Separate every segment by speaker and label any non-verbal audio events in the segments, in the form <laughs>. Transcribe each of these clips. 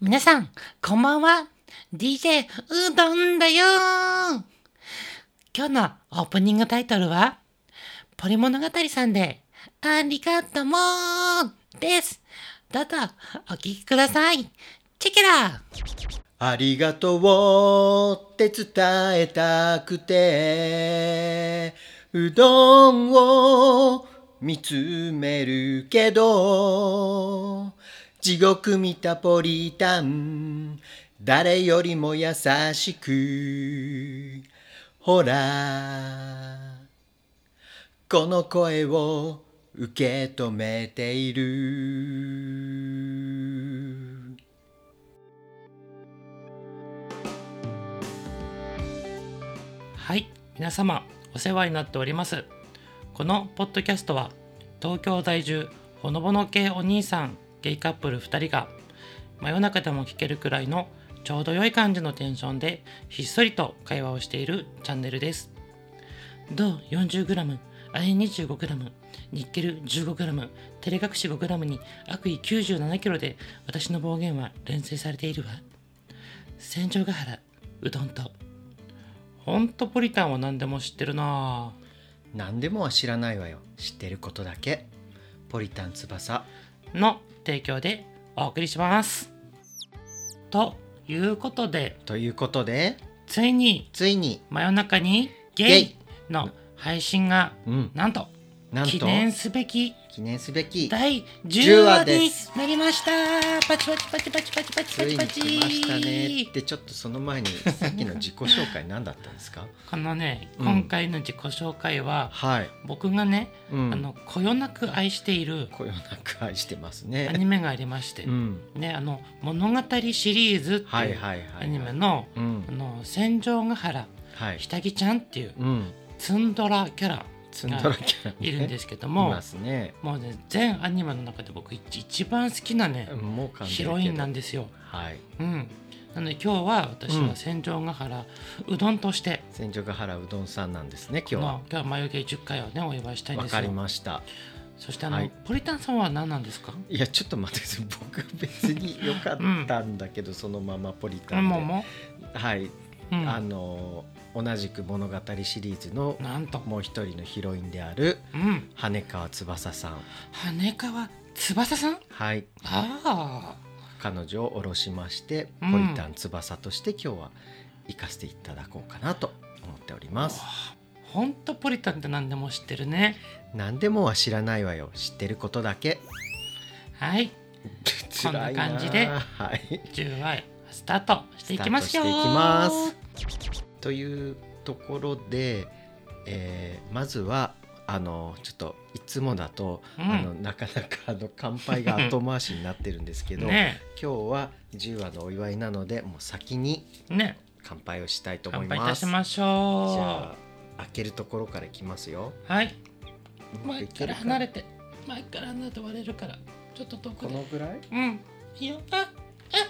Speaker 1: 皆さん、こんばんは。DJ うどんだよ今日のオープニングタイトルは、ポリ物語さんで、ありがとうもです。どうぞ、お聴きください。チェケラ
Speaker 2: ありがとうをって伝えたくてうどんを見つめるけど地獄見たポリタン誰よりも優しくほらこの声を受け止めている
Speaker 1: はい、皆様お世話になっております。このポッドキャストは東京在住ほのぼの系お兄さんゲイカップル2人が真夜中でも聞けるくらいのちょうど良い感じのテンションでひっそりと会話をしているチャンネルです。銅 40g、亜鉛 25g、ニッケル 15g、照れ隠し 5g に悪意 97kg で私の暴言は連成されているわ。戦場ヶ原、うどんと。ほんとポリタンは何でも知ってるなぁ。
Speaker 2: 何でもは知らないわよ知ってることだけポリタン翼
Speaker 1: の提供でお送りします。ということで
Speaker 2: ということで
Speaker 1: ついに
Speaker 2: ついに、
Speaker 1: 真夜中にゲ
Speaker 2: ゲ
Speaker 1: イの配信が
Speaker 2: うん、
Speaker 1: なんと
Speaker 2: なんと
Speaker 1: 記念すべき
Speaker 2: 記念すべき
Speaker 1: 第10
Speaker 2: 10
Speaker 1: 話
Speaker 2: 話
Speaker 1: に
Speaker 2: です
Speaker 1: なりましたパチパチパチパチパチパチ
Speaker 2: つ
Speaker 1: パ
Speaker 2: い
Speaker 1: チ
Speaker 2: に
Speaker 1: パ
Speaker 2: 来ましたね
Speaker 1: チ
Speaker 2: ってちょっとその
Speaker 1: <laughs>
Speaker 2: 前にさっきの自己紹介何だったんですか
Speaker 1: このね
Speaker 2: うん
Speaker 1: 今回の自己紹介は、
Speaker 2: はい、
Speaker 1: 僕がね、
Speaker 2: うん、
Speaker 1: あのこよなく愛している
Speaker 2: こよなく愛してます
Speaker 1: アニ
Speaker 2: ね
Speaker 1: メがありまして、
Speaker 2: うん
Speaker 1: ねあの物語シリーズって
Speaker 2: はいいうはいはい
Speaker 1: アニメの、
Speaker 2: うん
Speaker 1: あの戦場ヶ原
Speaker 2: はい
Speaker 1: ひたぎちゃんっていう
Speaker 2: うん
Speaker 1: ツンドラキャラ
Speaker 2: ツンドラキャラね
Speaker 1: いるんですけど
Speaker 2: い
Speaker 1: も、
Speaker 2: ますね
Speaker 1: もうね全アニメの中で僕一一番好きなね
Speaker 2: もう
Speaker 1: ヒロインなん
Speaker 2: で
Speaker 1: ですよ。
Speaker 2: はい
Speaker 1: うん、なので今日は私
Speaker 2: う
Speaker 1: は
Speaker 2: ん
Speaker 1: 戦場ヶ原うどんとして、
Speaker 2: 千住ヶ原うどんさんなんですね今日
Speaker 1: まあ
Speaker 2: は
Speaker 1: 今日は眉毛10回をねお祝いしたいん
Speaker 2: わ
Speaker 1: です
Speaker 2: かり
Speaker 1: よ。
Speaker 2: ました
Speaker 1: そしてあの、
Speaker 2: はい
Speaker 1: ポリタンさんは何なんですか
Speaker 2: いやちょっと待ってください <laughs> 僕別に良かったんだけど、そのままポリタ
Speaker 1: も
Speaker 2: ン
Speaker 1: も
Speaker 2: で、
Speaker 1: も、
Speaker 2: はい、
Speaker 1: うん、
Speaker 2: あの同じく物語シリーズの
Speaker 1: なんと、
Speaker 2: もう一人のヒロインである
Speaker 1: うん、
Speaker 2: 羽川翼さん
Speaker 1: 羽川翼さん
Speaker 2: はい
Speaker 1: ああ
Speaker 2: 彼女を下ろしまして、
Speaker 1: うん
Speaker 2: ポリタン翼として今日は行かせていただこうかなと思っております
Speaker 1: ほんとポリタンって何でも知ってるね。
Speaker 2: 何でもは知らないわよ知ってることだけ
Speaker 1: はい <laughs> こんな
Speaker 2: <laughs> 辛いな
Speaker 1: 感じで
Speaker 2: はい
Speaker 1: 10話スタートしていきますよ
Speaker 2: スタートしていきますというところで、えーまずはあのちょっといつもだと、
Speaker 1: うん
Speaker 2: あのなかなかあの乾杯が後回しになってるんですけど、
Speaker 1: ね
Speaker 2: 今日は10話のお祝いなのでもう先に
Speaker 1: えね
Speaker 2: 乾杯をしたいと思
Speaker 1: 乾
Speaker 2: い
Speaker 1: 杯いた
Speaker 2: ます。
Speaker 1: しまし
Speaker 2: じ
Speaker 1: ょ
Speaker 2: ゃあ開けるところからいきますよ。
Speaker 1: うはい
Speaker 2: で
Speaker 1: 前
Speaker 2: き
Speaker 1: か
Speaker 2: る
Speaker 1: ら
Speaker 2: か
Speaker 1: 離れて前から離れて割れるからちょっと遠く
Speaker 2: こ
Speaker 1: で
Speaker 2: のぐらい
Speaker 1: うんいいよあ
Speaker 2: い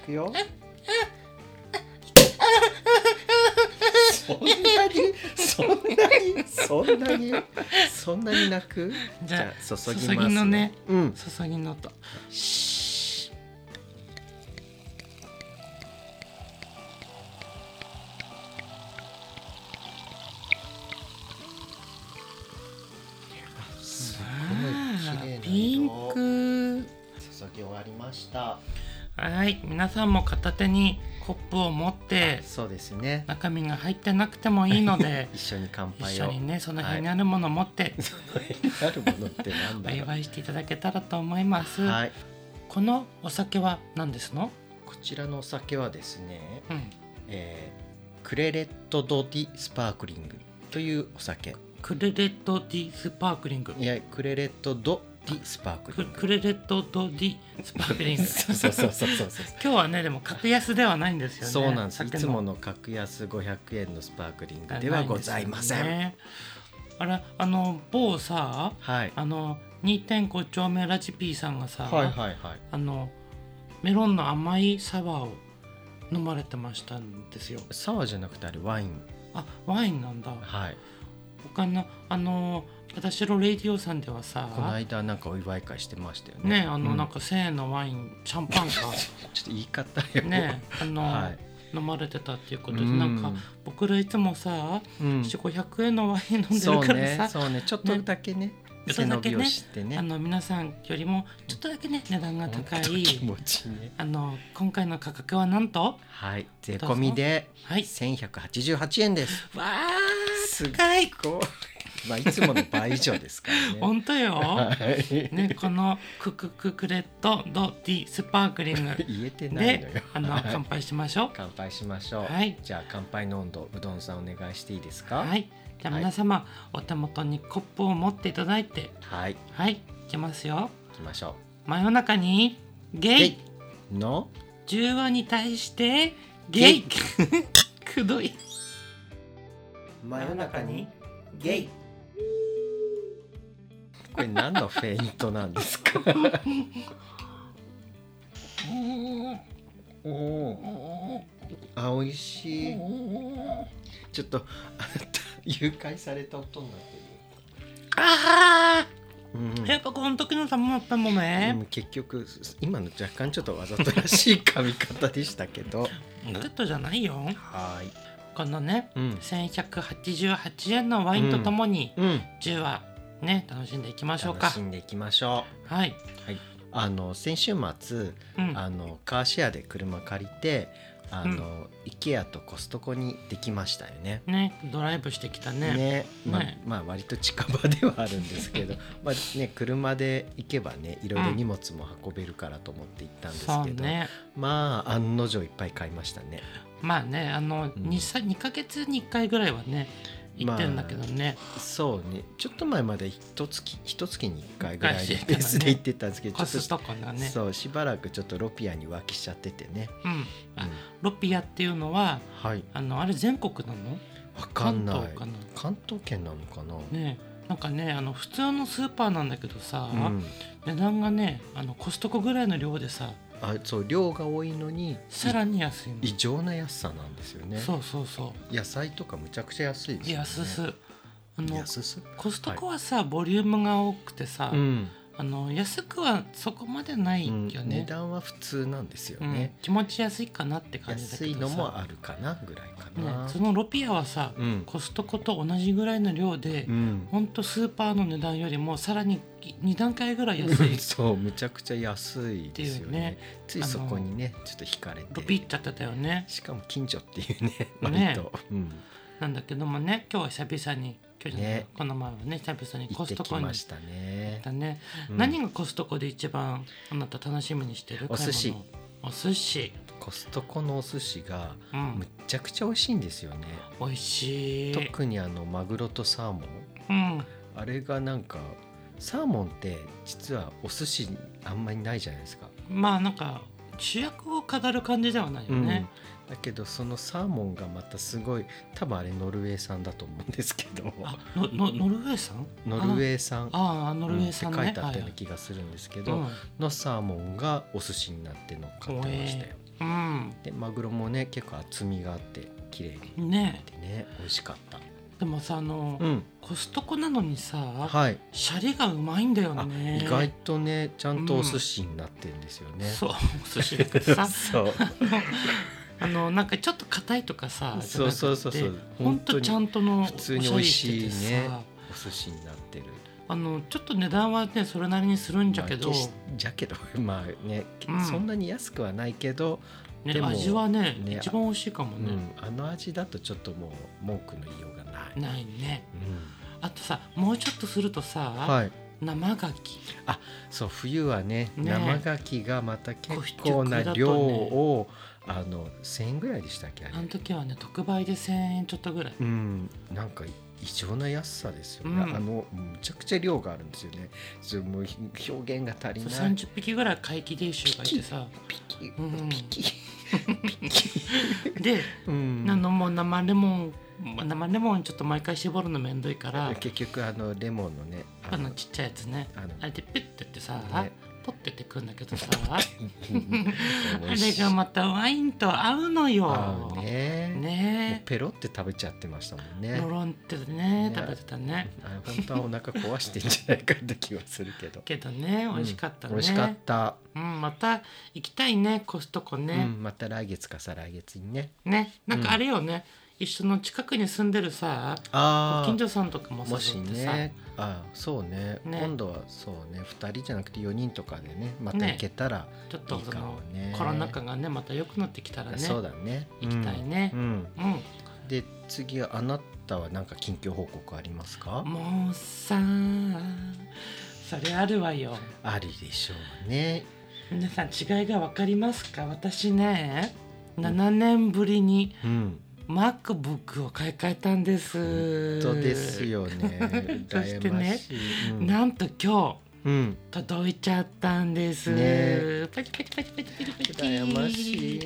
Speaker 2: くよ。そんなにそんなにそんなにそんなに泣く？
Speaker 1: じゃ
Speaker 2: じゃあ注ぎます、
Speaker 1: 注ぎのね。
Speaker 2: うん
Speaker 1: あ。注ぎの音シー
Speaker 2: す
Speaker 1: あ
Speaker 2: ごい綺
Speaker 1: ー
Speaker 2: 麗な色。
Speaker 1: ピンク
Speaker 2: 注ぎ終わりました。
Speaker 1: はい皆さんも片手にコップを持って
Speaker 2: そうですね。
Speaker 1: 中身が入ってなくてもいいの
Speaker 2: <laughs>
Speaker 1: で
Speaker 2: 一緒に乾
Speaker 1: 一
Speaker 2: 杯
Speaker 1: 緒
Speaker 2: を。
Speaker 1: にねその辺にあるものを持って
Speaker 2: その辺に <laughs> あるものってなん
Speaker 1: お
Speaker 2: だろ
Speaker 1: 祝いしていただけたらと思います、
Speaker 2: う。はい。
Speaker 1: このお酒は何ですの、
Speaker 2: こちらのお酒はですね、
Speaker 1: うん、
Speaker 2: えー、クレレットドディスパークリングというお酒。
Speaker 1: クレレット・ディ・スパークリング
Speaker 2: いやクレレットドディスパークリ
Speaker 1: ク
Speaker 2: ング。
Speaker 1: クレレット・ド・ディ・スパークリング
Speaker 2: <laughs> そうそうそうそうそうそう。
Speaker 1: 今日はねでも格安ではないんですよね
Speaker 2: そうなんです。い
Speaker 1: 酒
Speaker 2: つもの格安500円のスパークリングではございませ。
Speaker 1: なんいですよねあれあの某さ
Speaker 2: はい。
Speaker 1: あの2.5丁目ラジピーさんがさ、
Speaker 2: はいはいはい。
Speaker 1: あのメロンの甘いサワーを飲まれてましたんですよ
Speaker 2: サワーじゃなくてあれワイン。
Speaker 1: あワインなんだ
Speaker 2: はい。
Speaker 1: 他のあの私のレディオさんではさ
Speaker 2: この間なんかお祝い会してましたよね
Speaker 1: ねあの、なんか1000円のワインシャンパン
Speaker 2: <laughs>
Speaker 1: か
Speaker 2: ちょっと言い方よ、
Speaker 1: ねあの、
Speaker 2: はい
Speaker 1: 飲まれてたっていうことで、
Speaker 2: うん
Speaker 1: なんか僕らいつもさ、
Speaker 2: うん
Speaker 1: 四五4 5 0 0円のワイン飲んで
Speaker 2: そ
Speaker 1: る
Speaker 2: う
Speaker 1: からさ、
Speaker 2: ねそうねちょっとだけね
Speaker 1: ね
Speaker 2: 背伸びをしてね
Speaker 1: あの皆さんよりもちょっとだけね値段が高い
Speaker 2: 本当気持ちね
Speaker 1: あの今回の価格はなんと
Speaker 2: はい税込みで
Speaker 1: はい
Speaker 2: 1188円です
Speaker 1: わ
Speaker 2: す
Speaker 1: ー
Speaker 2: っ
Speaker 1: 高い
Speaker 2: こうまあいつもの倍以上ですからね
Speaker 1: <laughs> 本当よ、
Speaker 2: はい
Speaker 1: ね、このククククレット・ド・ディ・スパークリング
Speaker 2: 言えてないのよ
Speaker 1: であの
Speaker 2: はい
Speaker 1: 乾杯しましょう
Speaker 2: 乾杯しましょう、
Speaker 1: はい
Speaker 2: じゃあ乾杯の温度うどんさんお願いしていいですか
Speaker 1: はいじゃあ皆様、お手元にコップを持っていただいて
Speaker 2: はい行
Speaker 1: はいいきますよ
Speaker 2: きましょ
Speaker 1: 真夜中に
Speaker 2: う
Speaker 1: ゲイ
Speaker 2: イの
Speaker 1: 中話に対してゲイ
Speaker 2: ゲイ
Speaker 1: <laughs> くどい
Speaker 2: 真
Speaker 1: 夜中に
Speaker 2: ゲイこれ何のフェイントなんですかお <laughs> おあ美味しいちょっとあなた <laughs> 誘拐された音になって
Speaker 1: ああ
Speaker 2: るうん
Speaker 1: やっぱこの時のさもやっぱもう
Speaker 2: う
Speaker 1: ね、
Speaker 2: ん結局今の若干ちょっとわざとらしい噛み方でしたけ <laughs> ど
Speaker 1: グッドじゃないよ
Speaker 2: はーい
Speaker 1: このね
Speaker 2: うん
Speaker 1: 1188円のワインとともに
Speaker 2: うん
Speaker 1: 10話ね楽しんでいきましょうか
Speaker 2: 楽しんでいきましょ、
Speaker 1: はいう
Speaker 2: はい、あの先週末
Speaker 1: うん
Speaker 2: あのカーシェアで車借りてあの、IKEA とコストコにできましたよね。
Speaker 1: ねドライブしてきたね
Speaker 2: ねまあ
Speaker 1: ね
Speaker 2: まあ割と近場ではあるんで
Speaker 1: <laughs>
Speaker 2: すけどまあ、ね、車で行けばねいろいろ荷物も運べるからと思って行ったんですけど、
Speaker 1: そうね
Speaker 2: まあ案の定いっぱい買いましたね。
Speaker 1: まあねあの、
Speaker 2: ん
Speaker 1: 二三二ヶ月に1回ぐらいはね行ってるんだけどね、
Speaker 2: そうねちょっと前まで一月一月に1回ぐらい
Speaker 1: 一回し
Speaker 2: で
Speaker 1: てたね
Speaker 2: ペースで行ってたんですけど、
Speaker 1: コ
Speaker 2: ちょっ
Speaker 1: ストコが
Speaker 2: と、
Speaker 1: ね
Speaker 2: そうしばらくちょっとロピアに浮気しちゃっててね。
Speaker 1: うん、あ
Speaker 2: うん
Speaker 1: ロピアっていうのは
Speaker 2: はい
Speaker 1: あのあれ全国なの
Speaker 2: わかんない
Speaker 1: 関東かな
Speaker 2: 関東圏なのかな、
Speaker 1: ねなんかねあの普通のスーパーなんだけどさ、
Speaker 2: うん
Speaker 1: 値段がねあのコストコぐらいの量でさ
Speaker 2: あそう量が多いのに
Speaker 1: さらに安いの、
Speaker 2: い異常な安さなんですよね
Speaker 1: そうそうそ
Speaker 2: 野菜とかむちゃくちゃ安いです
Speaker 1: う
Speaker 2: よね
Speaker 1: 安す、あの
Speaker 2: 安す
Speaker 1: コストコはさ、ボリュームが多くてさ、
Speaker 2: うん、
Speaker 1: あの安くはそこまでない
Speaker 2: うん
Speaker 1: よ
Speaker 2: 値
Speaker 1: ね,、
Speaker 2: 段は普通なんですよ
Speaker 1: うん
Speaker 2: ね、
Speaker 1: 気持ち安いかなって感じだ
Speaker 2: 安
Speaker 1: け
Speaker 2: い
Speaker 1: ど
Speaker 2: の
Speaker 1: さ
Speaker 2: もあるかなぐらいか
Speaker 1: ね
Speaker 2: な、、
Speaker 1: そのロピアはさ、
Speaker 2: うん
Speaker 1: コストコと同じぐらいの量で、
Speaker 2: うん
Speaker 1: ほんとスーパーの値段よりもさらに2段階ぐらい安い
Speaker 2: <laughs> そうむちゃくちゃ安いですよね
Speaker 1: って
Speaker 2: ついそこにねちょっと惹かれ
Speaker 1: ロピっ
Speaker 2: て
Speaker 1: ちゃってたよね
Speaker 2: しかも近所っていうね
Speaker 1: ね
Speaker 2: 割と、うん、
Speaker 1: なんだけどもね今日は久々に今日じゃない
Speaker 2: ね
Speaker 1: この前はね久々に
Speaker 2: 行
Speaker 1: コ
Speaker 2: って
Speaker 1: スト
Speaker 2: き
Speaker 1: コに
Speaker 2: ま
Speaker 1: 行
Speaker 2: し
Speaker 1: った
Speaker 2: ね
Speaker 1: たね、
Speaker 2: うん
Speaker 1: 何がコストコで一番あなた楽しみにしてる
Speaker 2: お寿司
Speaker 1: 買い物お寿司
Speaker 2: コストコのお寿司が
Speaker 1: う
Speaker 2: む
Speaker 1: ん
Speaker 2: ちゃくちゃ美味しいんですよね、
Speaker 1: 美味しい
Speaker 2: 特にあのマグロとサーモン
Speaker 1: うん
Speaker 2: あれがなんかサーモンって実はお寿司にあんまりないじゃないですか、
Speaker 1: まあなんか主役を飾る感じではないよ
Speaker 2: うん
Speaker 1: ね、
Speaker 2: だけどそのサーモンがまたすごい多分あれノルウェー産だと思うんですけど
Speaker 1: あののノルウェーさん
Speaker 2: ノルウェー産
Speaker 1: ああノルウェーさんね、
Speaker 2: うんって書いてあった
Speaker 1: は
Speaker 2: ようない気がするんですけど、
Speaker 1: はい
Speaker 2: のサーモンがお寿司になっての買ってましたよ、
Speaker 1: うん、
Speaker 2: でマグロもね結構厚みがあって綺麗に
Speaker 1: うん、ね
Speaker 2: でね美味しかった
Speaker 1: でもさあの、
Speaker 2: うん
Speaker 1: コストコなのにさ、
Speaker 2: はい
Speaker 1: シャリがうまいんだよ
Speaker 2: あ
Speaker 1: ね
Speaker 2: 意外とねちゃんとお寿司になってんですよね、
Speaker 1: そうお寿司だけどさ
Speaker 2: <laughs> そう
Speaker 1: あのなんかちょっと硬いとかさ
Speaker 2: そうそうそうそう
Speaker 1: じゃなくてほんとちゃんとの
Speaker 2: 普通に美味しい
Speaker 1: おゃれしてて
Speaker 2: ね
Speaker 1: さ
Speaker 2: お寿司になってる
Speaker 1: あのちょっと値段はねそれなりにするんじゃけど、
Speaker 2: まあ決しじゃけど <laughs> まあね、け
Speaker 1: うん
Speaker 2: そんなに安くはないけど、で
Speaker 1: ね、
Speaker 2: も
Speaker 1: 味はね
Speaker 2: ね
Speaker 1: 一番美味しいかも
Speaker 2: う
Speaker 1: ね、
Speaker 2: ん、あの味だとちょっともう文句の言いようがない、
Speaker 1: ないね
Speaker 2: うん、
Speaker 1: あとさもうちょっとするとさ、
Speaker 2: はい
Speaker 1: 生牡蠣
Speaker 2: そう冬はね
Speaker 1: ね
Speaker 2: 生牡蠣がまた結構な量を、あの1,000円ぐらいでしたっけあれ
Speaker 1: あの時はね特売で1,000円ちょっとぐらい
Speaker 2: うん、なんか異常な安さですよね、
Speaker 1: うん
Speaker 2: あのむちゃくちゃ量があるんですよねそれもう表現が足り
Speaker 1: そう
Speaker 2: ない
Speaker 1: 30匹ぐらい怪奇伝習がいて
Speaker 2: <laughs>
Speaker 1: さ
Speaker 2: ピキ
Speaker 1: うん
Speaker 2: ピキ、
Speaker 1: で、
Speaker 2: うん
Speaker 1: あのもう生レモン生レモンちょっと毎回絞るのめんどいから
Speaker 2: 結局あのレモンのね
Speaker 1: あのちっちゃいやつね
Speaker 2: あの <laughs>
Speaker 1: あれでピュッてやってさ、
Speaker 2: ね
Speaker 1: ポッててくんだけ
Speaker 2: <laughs>
Speaker 1: どさあれがまたワインと合うのよ
Speaker 2: 合うねもう
Speaker 1: ね
Speaker 2: ペロって食べちゃってましたもん
Speaker 1: え
Speaker 2: ね
Speaker 1: のろんってね
Speaker 2: ね
Speaker 1: 食べてたね
Speaker 2: あ本当はお腹壊してんじゃないかって気はするけど
Speaker 1: けどね <laughs> 美味しかったね、
Speaker 2: 美味しかった、
Speaker 1: うん、また行きたいねコストコ
Speaker 2: う
Speaker 1: ね、
Speaker 2: ん、また来月か再来月にね
Speaker 1: ねなんかあれよね、一緒の近くに住んでるさ
Speaker 2: あ
Speaker 1: ご
Speaker 2: あ
Speaker 1: 近所さんとかも
Speaker 2: も
Speaker 1: 誘
Speaker 2: し
Speaker 1: ってさ、
Speaker 2: ねあそうね
Speaker 1: ね
Speaker 2: 今度はそうね2人じゃなくて4人とかでねまた
Speaker 1: ね
Speaker 2: 行けたら、
Speaker 1: ちょっとそ
Speaker 2: いいか
Speaker 1: の
Speaker 2: もね
Speaker 1: コロナ禍がねまた良くなってきたらね
Speaker 2: そうだね
Speaker 1: 行きたいね
Speaker 2: うん
Speaker 1: う
Speaker 2: うんで次あなたは何か近況報告ありますか
Speaker 1: ん、もうさそれあるわよ
Speaker 2: ありでしょうね
Speaker 1: 皆さん違いが分かりますか私ね7年ぶりに
Speaker 2: うん
Speaker 1: MacBook を買い替えたんです
Speaker 2: そうです
Speaker 1: <laughs>
Speaker 2: よね
Speaker 1: そしてね
Speaker 2: 羨ましいうん
Speaker 1: なんと今日
Speaker 2: うん
Speaker 1: 届いちゃったんです、
Speaker 2: ね
Speaker 1: パチパチパチパチパチパチ
Speaker 2: 羨ましい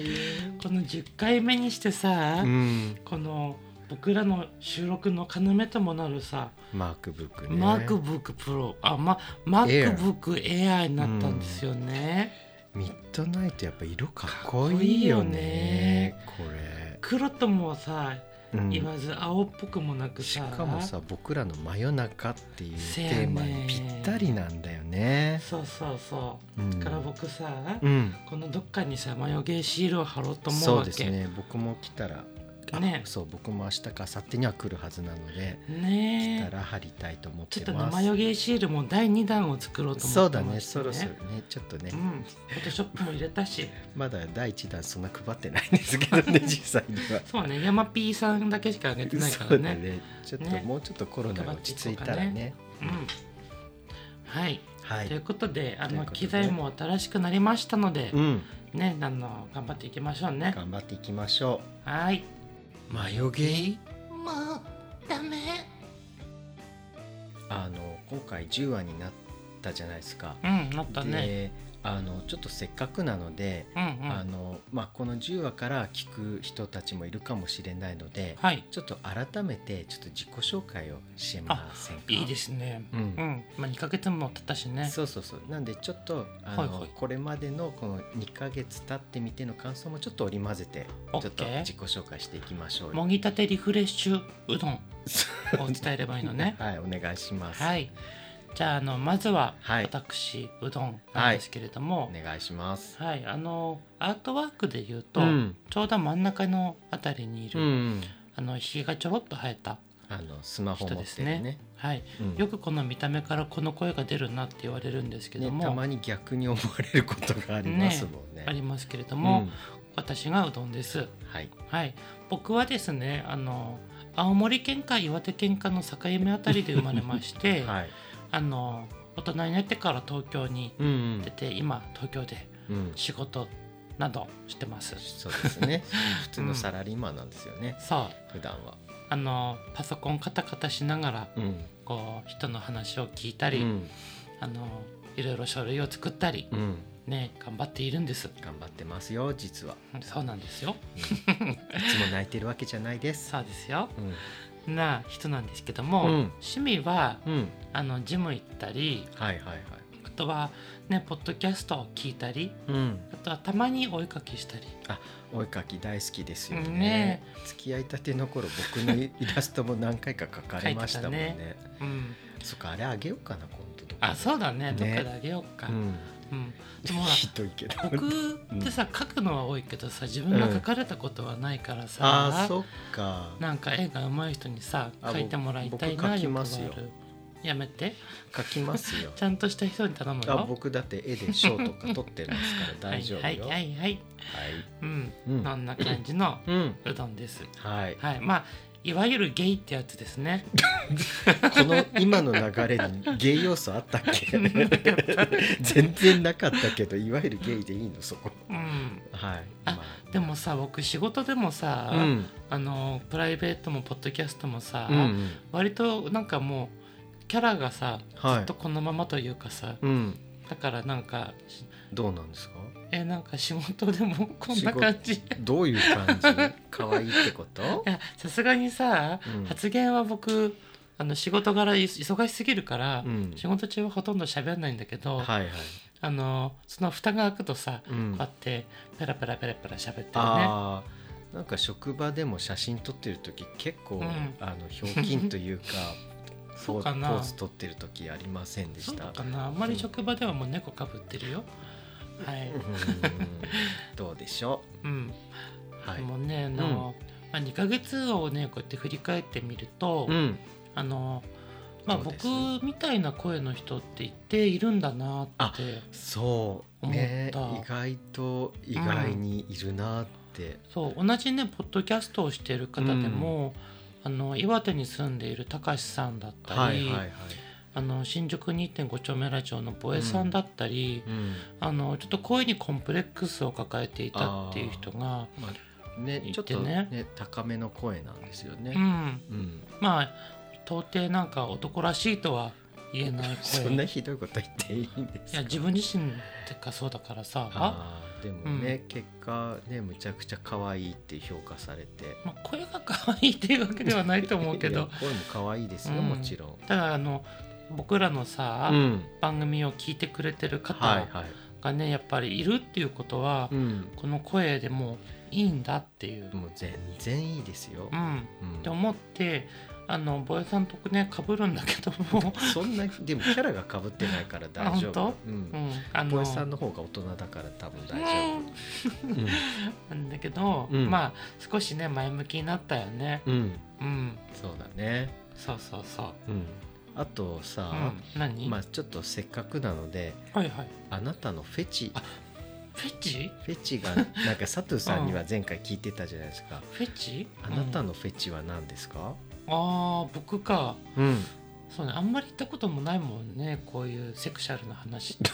Speaker 1: この10回目にしてさ、
Speaker 2: うん
Speaker 1: この僕らの収録の要ともなるさ、
Speaker 2: マークブックね
Speaker 1: マークブックプロあま MacBook Air になったんですよね、
Speaker 2: ミッドナイトやっぱ色かっこいいよね
Speaker 1: 黒ともさ
Speaker 2: これ、うん
Speaker 1: 言わず青っぽくもなく
Speaker 2: し
Speaker 1: さ、
Speaker 2: かもさ僕らの「真夜中」っていうテ
Speaker 1: せやね
Speaker 2: ーマにぴったりなんだよね。
Speaker 1: そうそうそう
Speaker 2: うん
Speaker 1: だから僕さ、
Speaker 2: うん、
Speaker 1: このどっかにさマヨゲーシールを貼ろうと思う
Speaker 2: そう
Speaker 1: わ
Speaker 2: です
Speaker 1: けね
Speaker 2: ね僕も来たらあ
Speaker 1: ね
Speaker 2: そう僕も明日か明後日には来るはずなので来
Speaker 1: ね
Speaker 2: たら貼りたいと思っ
Speaker 1: ちょ
Speaker 2: て
Speaker 1: っとね
Speaker 2: ます。
Speaker 1: マヨゲーシールも第2弾を作ろうと思ってます、
Speaker 2: そうだねそろそろねちょっとね、
Speaker 1: うんフォトショップも入れたし
Speaker 2: まだ第一弾そんな配ってないんですけど
Speaker 1: <laughs>
Speaker 2: ね実際には。
Speaker 1: そうね山 P さんだけしかあげてないか
Speaker 2: そ
Speaker 1: ら
Speaker 2: う
Speaker 1: ね
Speaker 2: だねちょっと
Speaker 1: ね
Speaker 2: もうちょっとコロナが落ち着いたらね
Speaker 1: 配ってうんはい、
Speaker 2: は
Speaker 1: という
Speaker 2: い、
Speaker 1: ことであ
Speaker 2: という
Speaker 1: の
Speaker 2: ことで
Speaker 1: 機材も新しくなりましたので
Speaker 2: うん、
Speaker 1: ねあの頑張っていきましょうね
Speaker 2: 頑張っていきましょ
Speaker 1: はい。
Speaker 2: う。マヨゲイ
Speaker 1: もうダメ。
Speaker 2: あの今回10話になったじゃないですか。
Speaker 1: うん、なったね。
Speaker 2: であのちょっとせっかくなので、
Speaker 1: うんう
Speaker 2: あ
Speaker 1: ん。
Speaker 2: のまあ、この10話から聞く人たちもいるかもしれないので、
Speaker 1: はい。
Speaker 2: ちょっと改めてちょっと自己紹介をしませんか、
Speaker 1: いいですすね。
Speaker 2: う
Speaker 1: うんん。まあ二ヶ月も経ったしね。
Speaker 2: そうそうそうなんでちょっとあの、
Speaker 1: はいはい
Speaker 2: これまでのこの2ヶ月経ってみての感想もちょっと織り交ぜてちょ
Speaker 1: オ
Speaker 2: っ
Speaker 1: ッケ
Speaker 2: と
Speaker 1: ー
Speaker 2: 自己紹介していきましょうよ。
Speaker 1: もぎたてリフレッシュうどんを伝えればいいのね
Speaker 2: <laughs> はいお願いします、
Speaker 1: はい。じゃああのまずは
Speaker 2: はい
Speaker 1: 私、うどんなんですけれど
Speaker 2: お
Speaker 1: も、
Speaker 2: 願いします
Speaker 1: はい、あのアートワークで言うと、
Speaker 2: うん
Speaker 1: ちょうど真ん中のあたりにいる、
Speaker 2: うん
Speaker 1: あのひげがちょろっと生えた。
Speaker 2: あのスマホ持っ
Speaker 1: 人です
Speaker 2: てる
Speaker 1: ね
Speaker 2: ね
Speaker 1: はい、
Speaker 2: うん
Speaker 1: よくこの見た目からこの声が出るなって言われるんですけど
Speaker 2: ね、た
Speaker 1: も、
Speaker 2: まに逆に思われることがありますもんね。
Speaker 1: ありますけれども、私がうどんです。
Speaker 2: うんはい、
Speaker 1: はい、僕はですね、あの青森県か岩手県かの境目あたりで生まれまして、
Speaker 2: <laughs> はい、
Speaker 1: あの大人になってから東京に
Speaker 2: うん
Speaker 1: 出て、今東京で
Speaker 2: うん、うん、
Speaker 1: 仕事などしてます。
Speaker 2: そうですね。普通のサラリーマンなんですよね、
Speaker 1: そう、
Speaker 2: 普段は。
Speaker 1: あのパソコンカタカタしながら
Speaker 2: うん、
Speaker 1: こう人の話を聞いた
Speaker 2: う
Speaker 1: り、
Speaker 2: ん、
Speaker 1: あのいろいろ書類を作ったり、
Speaker 2: うん、
Speaker 1: ね頑張っているんです。
Speaker 2: 頑張ってますよ、実は。
Speaker 1: そうなんですよ。
Speaker 2: うんいつも泣いてるわけじゃないです。
Speaker 1: そうですよ。
Speaker 2: うん、
Speaker 1: な人なんですけども、
Speaker 2: うん
Speaker 1: 趣味は
Speaker 2: うん、
Speaker 1: あのジム行ったり
Speaker 2: はいはいはい。
Speaker 1: あとはねポッドキャストを聞いたり
Speaker 2: うん、
Speaker 1: あとはたまにお絵かきしたり
Speaker 2: お絵かき大好きですよね。
Speaker 1: ね
Speaker 2: 付き合いたての頃、僕のイラストも何回か描かれました
Speaker 1: <laughs>
Speaker 2: もんね。
Speaker 1: 描いうん、
Speaker 2: そっか、あれあげようかな、今度どこか
Speaker 1: あ
Speaker 2: で。
Speaker 1: そうだね
Speaker 2: ね
Speaker 1: どっかであげようか、
Speaker 2: う
Speaker 1: うん
Speaker 2: ん、
Speaker 1: でもほら
Speaker 2: ひどいけど。
Speaker 1: 僕ってさ書くのは多いけどさ自分が書かれたことはないからさ、
Speaker 2: っか
Speaker 1: なんか絵が上手い人にさ
Speaker 2: あ
Speaker 1: 書いてもらいたい
Speaker 2: 僕
Speaker 1: な
Speaker 2: 僕書きますよ
Speaker 1: 欲があるやめて
Speaker 2: 書きますよ
Speaker 1: ちゃんとした人に頼む
Speaker 2: あ
Speaker 1: よ
Speaker 2: 僕だって絵で賞とか取ってますから大丈夫よ
Speaker 1: はいはいはいはい
Speaker 2: はい
Speaker 1: うん、
Speaker 2: うん
Speaker 1: そんな感じの
Speaker 2: うん
Speaker 1: うどんです
Speaker 2: はい
Speaker 1: はいまあいわゆるゲイってやつですね
Speaker 2: この今の流れにゲイ要素あったっけ全然なかったけどいわゆるゲイでいいのそこ
Speaker 1: うん
Speaker 2: はい
Speaker 1: あ
Speaker 2: まあ
Speaker 1: でもさ僕仕事でもさ、
Speaker 2: うん
Speaker 1: あのプライベートもポッドキャストもさ、
Speaker 2: うん
Speaker 1: 割となんかもうキャラがさ
Speaker 2: は
Speaker 1: ずっと
Speaker 2: い
Speaker 1: このままというかさ
Speaker 2: うん
Speaker 1: だからなんか
Speaker 2: どうなんですか
Speaker 1: えなんか仕事で
Speaker 2: <laughs>
Speaker 1: もこんな感じ
Speaker 2: 仕事どういう感じ可愛いってこと
Speaker 1: いやさすがにさ、
Speaker 2: うん
Speaker 1: 発言は僕あの仕事柄い忙しすぎるから、
Speaker 2: うん
Speaker 1: 仕事中はほとんど喋らないんだけど、
Speaker 2: はいはい
Speaker 1: あのその蓋が開くとさ、
Speaker 2: う
Speaker 1: こ
Speaker 2: ん
Speaker 1: うやってペラペラペラペラ喋ってるね
Speaker 2: あーなんか職場でも写真撮ってる時結構、
Speaker 1: うん
Speaker 2: あのひょうきんという
Speaker 1: <laughs>
Speaker 2: か
Speaker 1: そ
Speaker 2: ポ
Speaker 1: うか
Speaker 2: ー
Speaker 1: な
Speaker 2: ポーズ撮ってる時ありませんで
Speaker 1: そ
Speaker 2: し
Speaker 1: う
Speaker 2: た
Speaker 1: かなあんまり職場ではもう猫かぶってるよはい
Speaker 2: うんどうでしょ
Speaker 1: うん、
Speaker 2: うはい
Speaker 1: でもねあの、まあ、2ヶ月をねこうやって振り返ってみると、
Speaker 2: うん
Speaker 1: あのまあ、
Speaker 2: そうです
Speaker 1: 僕みたいな声の人っていているんだなって
Speaker 2: そうね
Speaker 1: 思っ
Speaker 2: 意外と意外にいるなって、
Speaker 1: そう同じねポッドキャストをしている方でも、あの岩手に住んでいるたかしさんだったり、
Speaker 2: はいはいはい、
Speaker 1: あの新宿2.5丁目ラジオのボエさんだったり、
Speaker 2: うん
Speaker 1: あのちょっと声にコンプレックスを抱えていたっていう人が、
Speaker 2: まあ、
Speaker 1: 言っ
Speaker 2: ね
Speaker 1: てね
Speaker 2: ちょっとね高めの声なんですよ
Speaker 1: う
Speaker 2: ね、
Speaker 1: ん、
Speaker 2: うん
Speaker 1: まあ到底なんか男らしいとは言えない
Speaker 2: そ
Speaker 1: 声
Speaker 2: ん
Speaker 1: い
Speaker 2: なひどいこと言っていいんです
Speaker 1: や
Speaker 2: か
Speaker 1: 自分自身ってかそうだからさ
Speaker 2: あーでもね、結果ねむちゃくちゃ可愛いって評価されて
Speaker 1: まあ、声が可愛いっていうわけではないと思うけ
Speaker 2: <laughs> いや
Speaker 1: ど
Speaker 2: 声も可愛いですよ、
Speaker 1: うん
Speaker 2: もちろん、
Speaker 1: ただあの僕らのさ、
Speaker 2: うん、
Speaker 1: 番組を聞いてくれてる
Speaker 2: はい
Speaker 1: 方
Speaker 2: はい、
Speaker 1: がねやっぱりいるっていうことは、
Speaker 2: うん、
Speaker 1: この声でもいいんだっていう、
Speaker 2: もう全然いいですよ
Speaker 1: う、ん、
Speaker 2: うん
Speaker 1: って思ってあの坊やさんとねかぶるんだけども、
Speaker 2: そんなでもキャラが被ってないから大丈
Speaker 1: <laughs> あ
Speaker 2: 夫
Speaker 1: 本、
Speaker 2: うん
Speaker 1: うん、あ
Speaker 2: ボ
Speaker 1: の
Speaker 2: エさんの方が大人だから多分大丈夫、うん
Speaker 1: なんだけど、
Speaker 2: うん
Speaker 1: まあ少しね前向きになったよね
Speaker 2: うん、
Speaker 1: うん
Speaker 2: そうだね、
Speaker 1: そうそうそう
Speaker 2: うん、あと
Speaker 1: う
Speaker 2: さ、
Speaker 1: ん何、
Speaker 2: まあちょっとせっかくなので
Speaker 1: はいはい
Speaker 2: あなたのフェチ
Speaker 1: あフェチ
Speaker 2: フェチがなんか佐藤さんには前回聞いてたじゃないですか、
Speaker 1: フェチ
Speaker 2: あなた
Speaker 1: うん
Speaker 2: のフェチは何ですか、
Speaker 1: あー僕か
Speaker 2: うん、
Speaker 1: そうねあんまり言ったこともないもんねこういうセクシャルな話って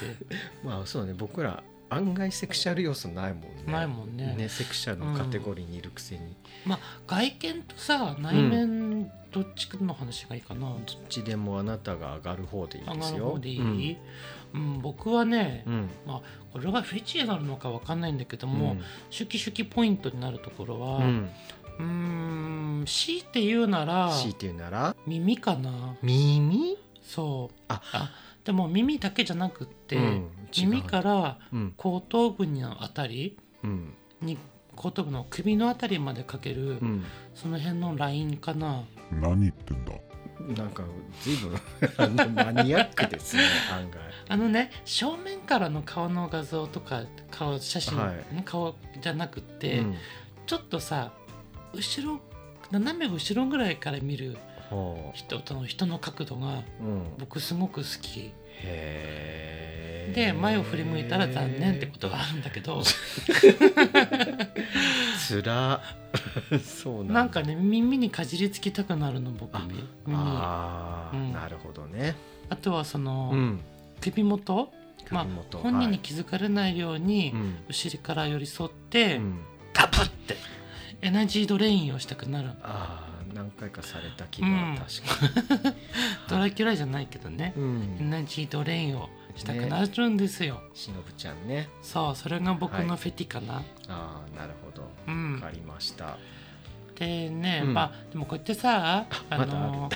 Speaker 2: まあそうね僕ら案外セクシャル要素ないもんね
Speaker 1: ないもんね
Speaker 2: ねセクシャルのカテゴリーにいるくせに、
Speaker 1: まあ外見とさ内面どっちの話がいいかな、
Speaker 2: どっちでもあなたが上がる方でいい
Speaker 1: 上
Speaker 2: で
Speaker 1: が
Speaker 2: す
Speaker 1: る
Speaker 2: よ
Speaker 1: 方でいい、うん僕はね、
Speaker 2: うん、うん
Speaker 1: これがフェチになるのかわかんないんだけども、シュキシュキポイントになるところ
Speaker 2: う
Speaker 1: は
Speaker 2: ん、うん
Speaker 1: うーん強いて言うなら
Speaker 2: 強いて言うなら
Speaker 1: 耳かな
Speaker 2: 耳
Speaker 1: そう
Speaker 2: あ
Speaker 1: でも耳だけじゃなくって、
Speaker 2: うん
Speaker 1: 耳からら
Speaker 2: うん
Speaker 1: 後頭部のあたり
Speaker 2: うん
Speaker 1: に後頭部の首のあたりまでかける、
Speaker 2: うん
Speaker 1: その辺のラインかな
Speaker 3: 何言ってんだ
Speaker 2: なんか随分 <laughs> あのマニアックですね案外
Speaker 1: あのね正面からの顔の画像とか顔写真、
Speaker 2: はい
Speaker 1: 顔じゃなくって、
Speaker 2: うん
Speaker 1: ちょっとさ後ろ斜め後ろぐらいから見る
Speaker 2: ほ
Speaker 1: 人との人の角度が
Speaker 2: ううん
Speaker 1: 僕すごく好き
Speaker 2: へ
Speaker 1: で前を振り向いたら残念ってことがあるんだけど
Speaker 2: つら <laughs> そうなんだ
Speaker 1: なんかね耳にかじりつきたくなるの僕
Speaker 2: あ
Speaker 1: 耳あ
Speaker 2: あー、
Speaker 1: うん
Speaker 2: なるほどね
Speaker 1: とはその、
Speaker 2: うん
Speaker 1: 首元まあ
Speaker 2: 首元
Speaker 1: 本人に
Speaker 2: は
Speaker 1: 気づかれないよう
Speaker 2: い
Speaker 1: に、
Speaker 2: うん
Speaker 1: 後ろから寄り添って、
Speaker 2: うん
Speaker 1: ダブってエナジードレインをしたくなる
Speaker 2: ああ何回かされた気が確かに、
Speaker 1: ドラキュラじゃないけどね、
Speaker 2: うん
Speaker 1: エナジードレインをしたくなるんですよ、
Speaker 2: しのぶちゃんね
Speaker 1: そうそれが僕
Speaker 2: は
Speaker 1: の
Speaker 2: い
Speaker 1: フェティかな、
Speaker 2: ああなるほど
Speaker 1: う
Speaker 2: わ
Speaker 1: ん
Speaker 2: かりました、
Speaker 1: でね、
Speaker 2: うん
Speaker 1: まあでもこうやってさあ
Speaker 2: <laughs> まだある
Speaker 1: の、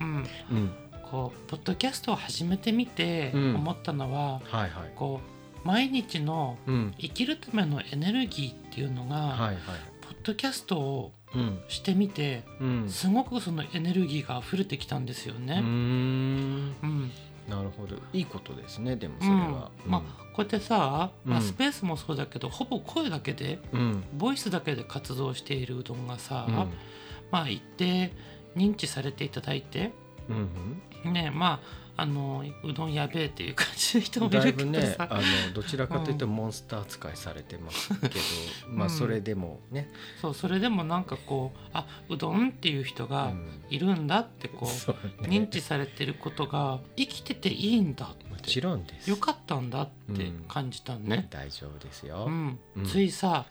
Speaker 1: うん、
Speaker 2: うん、
Speaker 1: こうポッドキャストを始めてみて
Speaker 2: うん
Speaker 1: 思ったのは、
Speaker 2: はいはい
Speaker 1: こう毎日の
Speaker 2: うん
Speaker 1: 生きるためのエネルギーっていうのが、
Speaker 2: はいはい
Speaker 1: ポッドキャストを
Speaker 2: うん
Speaker 1: してみて
Speaker 2: うん
Speaker 1: すごくそのエネルギーが溢れてきたんですよ
Speaker 2: うー
Speaker 1: ね。
Speaker 2: ん
Speaker 1: うん
Speaker 2: なるほどいいことですねでもそ
Speaker 1: うん
Speaker 2: れは、
Speaker 1: まあこうやってさ、まあ、
Speaker 2: うん
Speaker 1: スペースもそうだけどほぼ声だけで
Speaker 2: うんうん
Speaker 1: ボイスだけで活動しているうどんがさ、
Speaker 2: うん
Speaker 1: まあ一定認知されていただいて
Speaker 2: うん
Speaker 1: ねまああのうどんやべえっていう感じの人もい
Speaker 2: だい
Speaker 1: る
Speaker 2: ぶ
Speaker 1: けど
Speaker 2: ね
Speaker 1: さ、
Speaker 2: あのどちらかというとモンスター扱いされてますけど、
Speaker 1: ん
Speaker 2: まあそれでもね、
Speaker 1: そうそれでもなんかこうあうどんっていう人
Speaker 2: う
Speaker 1: が
Speaker 2: ん
Speaker 1: いるんだってこう、
Speaker 2: そうね
Speaker 1: 認知されてることが生きてていいんだ
Speaker 2: も
Speaker 1: って
Speaker 2: ちろんです
Speaker 1: よかったんだって
Speaker 2: うん
Speaker 1: 感じたのね、
Speaker 2: 大丈夫です
Speaker 1: う
Speaker 2: よ、
Speaker 1: ん
Speaker 2: うん
Speaker 1: ついさ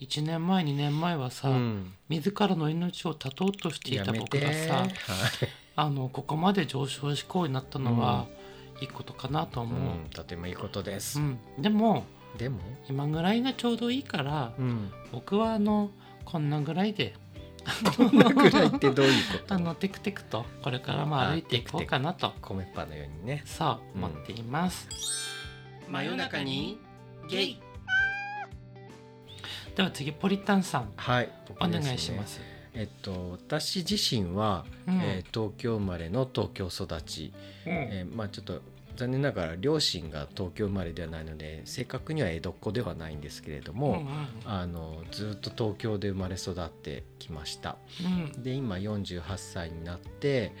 Speaker 1: 1年前2年前はさ、
Speaker 2: うん
Speaker 1: 自らの命を絶とうとしてい
Speaker 2: や
Speaker 1: た
Speaker 2: め
Speaker 1: 僕
Speaker 2: て
Speaker 1: がさ
Speaker 2: はい
Speaker 1: あのここまで上昇志向になったのは、いいことかなと
Speaker 2: う
Speaker 1: 思う、
Speaker 2: ん、とてもいいことです、
Speaker 1: うん、でも
Speaker 2: でも、
Speaker 1: 今ぐらいがちょうどいいから、
Speaker 2: うん、
Speaker 1: 僕はあのこんなぐらいで
Speaker 2: こんなぐらいってどういうこ
Speaker 1: <laughs> あ
Speaker 2: と
Speaker 1: のテクテクとこれからも歩いていこうかなと
Speaker 2: 米っぱのようにね
Speaker 1: さあ
Speaker 2: うん
Speaker 1: 思っています、真夜中にゲイでは次ポリタンさん
Speaker 2: はい
Speaker 1: お願いしますす
Speaker 2: えっと私自身は、
Speaker 1: うん
Speaker 2: えー東京生まれの東京育ち、
Speaker 1: うん
Speaker 2: えーまあちょっと残念ながら両親が東京生まれではないので正確には江戸っ子ではないんですけれども、
Speaker 1: うんうん
Speaker 2: あのずっと東京で生まれ育ってきました
Speaker 1: うん
Speaker 2: で今48歳になって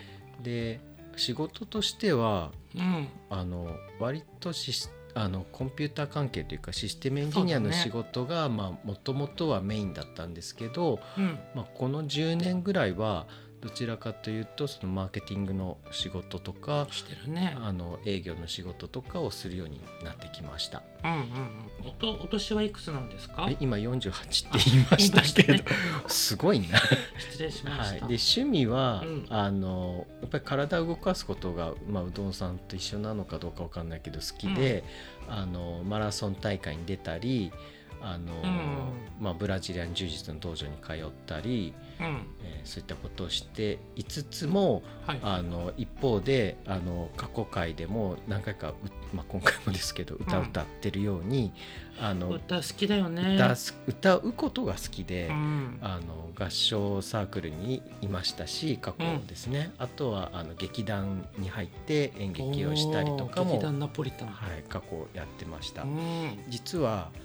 Speaker 2: で仕事としては
Speaker 1: うん
Speaker 2: あの割とシスあのコンピューター関係というかシステムエンジニア
Speaker 1: そう
Speaker 2: の
Speaker 1: だね
Speaker 2: 仕事がもともとはメインだったんですけど、
Speaker 1: うん
Speaker 2: まあ、この10年ぐらいはどちらかというとそのマーケティングの仕事とか
Speaker 1: してるね
Speaker 2: あの営業の仕事とかをするようになってきました。
Speaker 1: うんうんうんおとお年はいくつなんですか
Speaker 2: え今48って言いましたけ
Speaker 1: 言い
Speaker 2: どすごいな、
Speaker 1: 失礼しま
Speaker 2: はい、
Speaker 1: した
Speaker 2: で趣味は、
Speaker 1: うん
Speaker 2: あのやっぱり体を動かすことが、まあ、うどんさんと一緒なのかどうかわかんないけど好きで、あのマラソン大会に出たりあの、
Speaker 1: うん
Speaker 2: まあ、ブラジリアン柔術の道場に通ったり、
Speaker 1: うん
Speaker 2: えーそういったことをしていつつも
Speaker 1: はい
Speaker 2: あの一方であの過去回でも何回かう、まあ、今回もですけど歌を歌ってるように、あの
Speaker 1: 歌好きだよね
Speaker 2: 歌す歌うことが好きで、
Speaker 1: うん
Speaker 2: あの合唱サークルにいましたし過去ですね、あとはあの劇団に入って演劇をしたりとか
Speaker 1: おー
Speaker 2: も
Speaker 1: 劇、団ナポリタン、
Speaker 2: はい、過去やってました、
Speaker 1: うん
Speaker 2: 実はい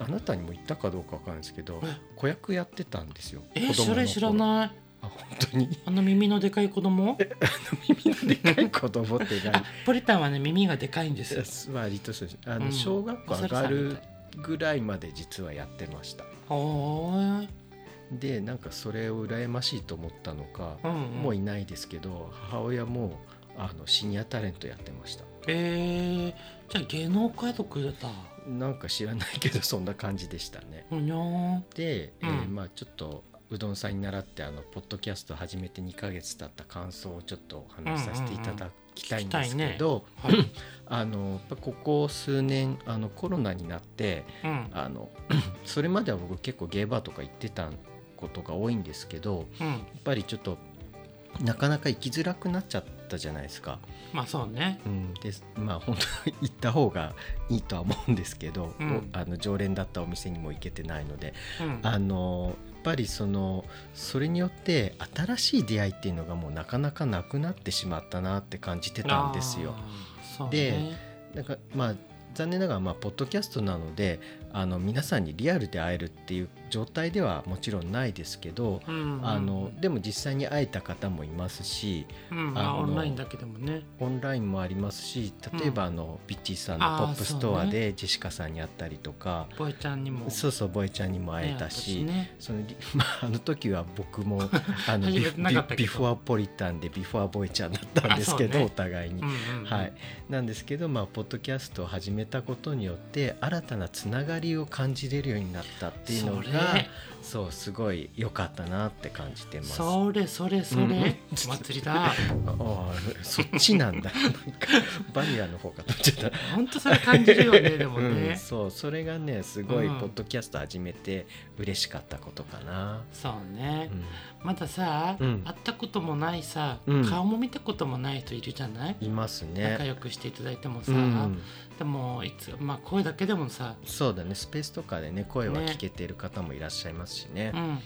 Speaker 2: あなたにも言ったかどうかわかんないですけど
Speaker 1: え
Speaker 2: 子役やってたんですよ
Speaker 1: えそれ知ら
Speaker 2: い
Speaker 1: ない
Speaker 2: あ本当に <laughs>
Speaker 1: あの耳のでかい子供
Speaker 2: 耳のでかい子供って
Speaker 1: あ
Speaker 2: 何
Speaker 1: ポリタンはね耳がでかいんですよ
Speaker 2: 割とそうですあの、
Speaker 1: うん
Speaker 2: 小学校上
Speaker 1: お
Speaker 2: が
Speaker 1: 猿さんみ
Speaker 2: る
Speaker 1: たい
Speaker 2: ぐらいまで実はやってました
Speaker 1: は
Speaker 2: でなんかそれを羨ましいと思ったのか、
Speaker 1: ーい、うんうん
Speaker 2: もういないですけど母親もあのシニアタレントやってました
Speaker 1: えー、じゃあ芸能界族だった
Speaker 2: なんか知らないけどそんな感じでしたね
Speaker 1: うにゃーん
Speaker 2: で、
Speaker 1: うん
Speaker 2: えーまあちょっとうどんさんに習ってあのポッドキャスト始めて2ヶ月経った感想をちょっとお話しさせていただきたいんですけど、
Speaker 1: はい、
Speaker 2: あのやっぱここ数年あのコロナになって
Speaker 1: うん
Speaker 2: あの <clears throat> それまでは僕結構ゲーバーとか行ってたことが多いんですけど
Speaker 1: うん
Speaker 2: やっぱりちょっとなかなか行きづらくなっちゃったじゃないですか。
Speaker 1: まあそうね
Speaker 2: うん、でまあ本当 <laughs> に行った方がいいとは思うんですけど、
Speaker 1: うん
Speaker 2: おあの常連だったお店にも行けてないので
Speaker 1: うん
Speaker 2: あのやっぱりそのそれによって新しい出会いっていうのがもうなかなかなくなってしまったなって感じてたんですよ。
Speaker 1: あーそう
Speaker 2: で
Speaker 1: ね
Speaker 2: なんかまあ残念ながら、まあ、ポッドキャストなのであの皆さんにリアルで会えるっていう状態ではもちろんないですけど、
Speaker 1: うんうん
Speaker 2: あのでも実際に会えた方もいますし、
Speaker 1: うんまあ
Speaker 2: あの
Speaker 1: オンラインだけでもね
Speaker 2: オンラインもありますし例えばあの、ビッチーさんのポップスト
Speaker 1: あー
Speaker 2: ア
Speaker 1: そう
Speaker 2: でジェシカさんに会ったりとか
Speaker 1: ボエちゃんにも
Speaker 2: そうそうボエちゃんにも会えたし、
Speaker 1: ね
Speaker 2: そのり <laughs> まあ、あの時は僕もあ
Speaker 1: <laughs>
Speaker 2: の
Speaker 1: 初
Speaker 2: ビ
Speaker 1: め
Speaker 2: フ
Speaker 1: てなかったけど
Speaker 2: ビビフォアポリタンでビフォアボエちゃんだったんですけど、
Speaker 1: あそうね
Speaker 2: お互いに。
Speaker 1: 私ねうんうんうん
Speaker 2: はい、なんですけど、まあ、ポッドキャストを始めたことによって新たなつながりを感じれるようになったっていうの
Speaker 1: そ
Speaker 2: が
Speaker 1: れ
Speaker 2: そうすごい良かったなって感じてます。
Speaker 1: それそれそれ、
Speaker 2: うんうん
Speaker 1: 祭りだ
Speaker 2: ああそっちなん
Speaker 1: <laughs>
Speaker 2: だなんかバニラの方かと思っちゃった
Speaker 1: 本当それ感じるよねでも
Speaker 2: うん、
Speaker 1: ね、
Speaker 2: そうそれがねすごい
Speaker 1: うん
Speaker 2: ポッドキャスト始めて嬉しかったことかな、
Speaker 1: そうね
Speaker 2: う、ん
Speaker 1: まださ、
Speaker 2: うん
Speaker 1: 会ったこともないさ、
Speaker 2: うん
Speaker 1: 顔も見たこともない人いるじゃない、
Speaker 2: います
Speaker 1: 仲
Speaker 2: ね、
Speaker 1: 良くしていただいてもさ、
Speaker 2: うん、
Speaker 1: でもいつ、まあ、声だけでもさ、
Speaker 2: そうだねスペースとかでね声は聞けてる方もいらっしゃいますしね
Speaker 1: うん、
Speaker 2: うん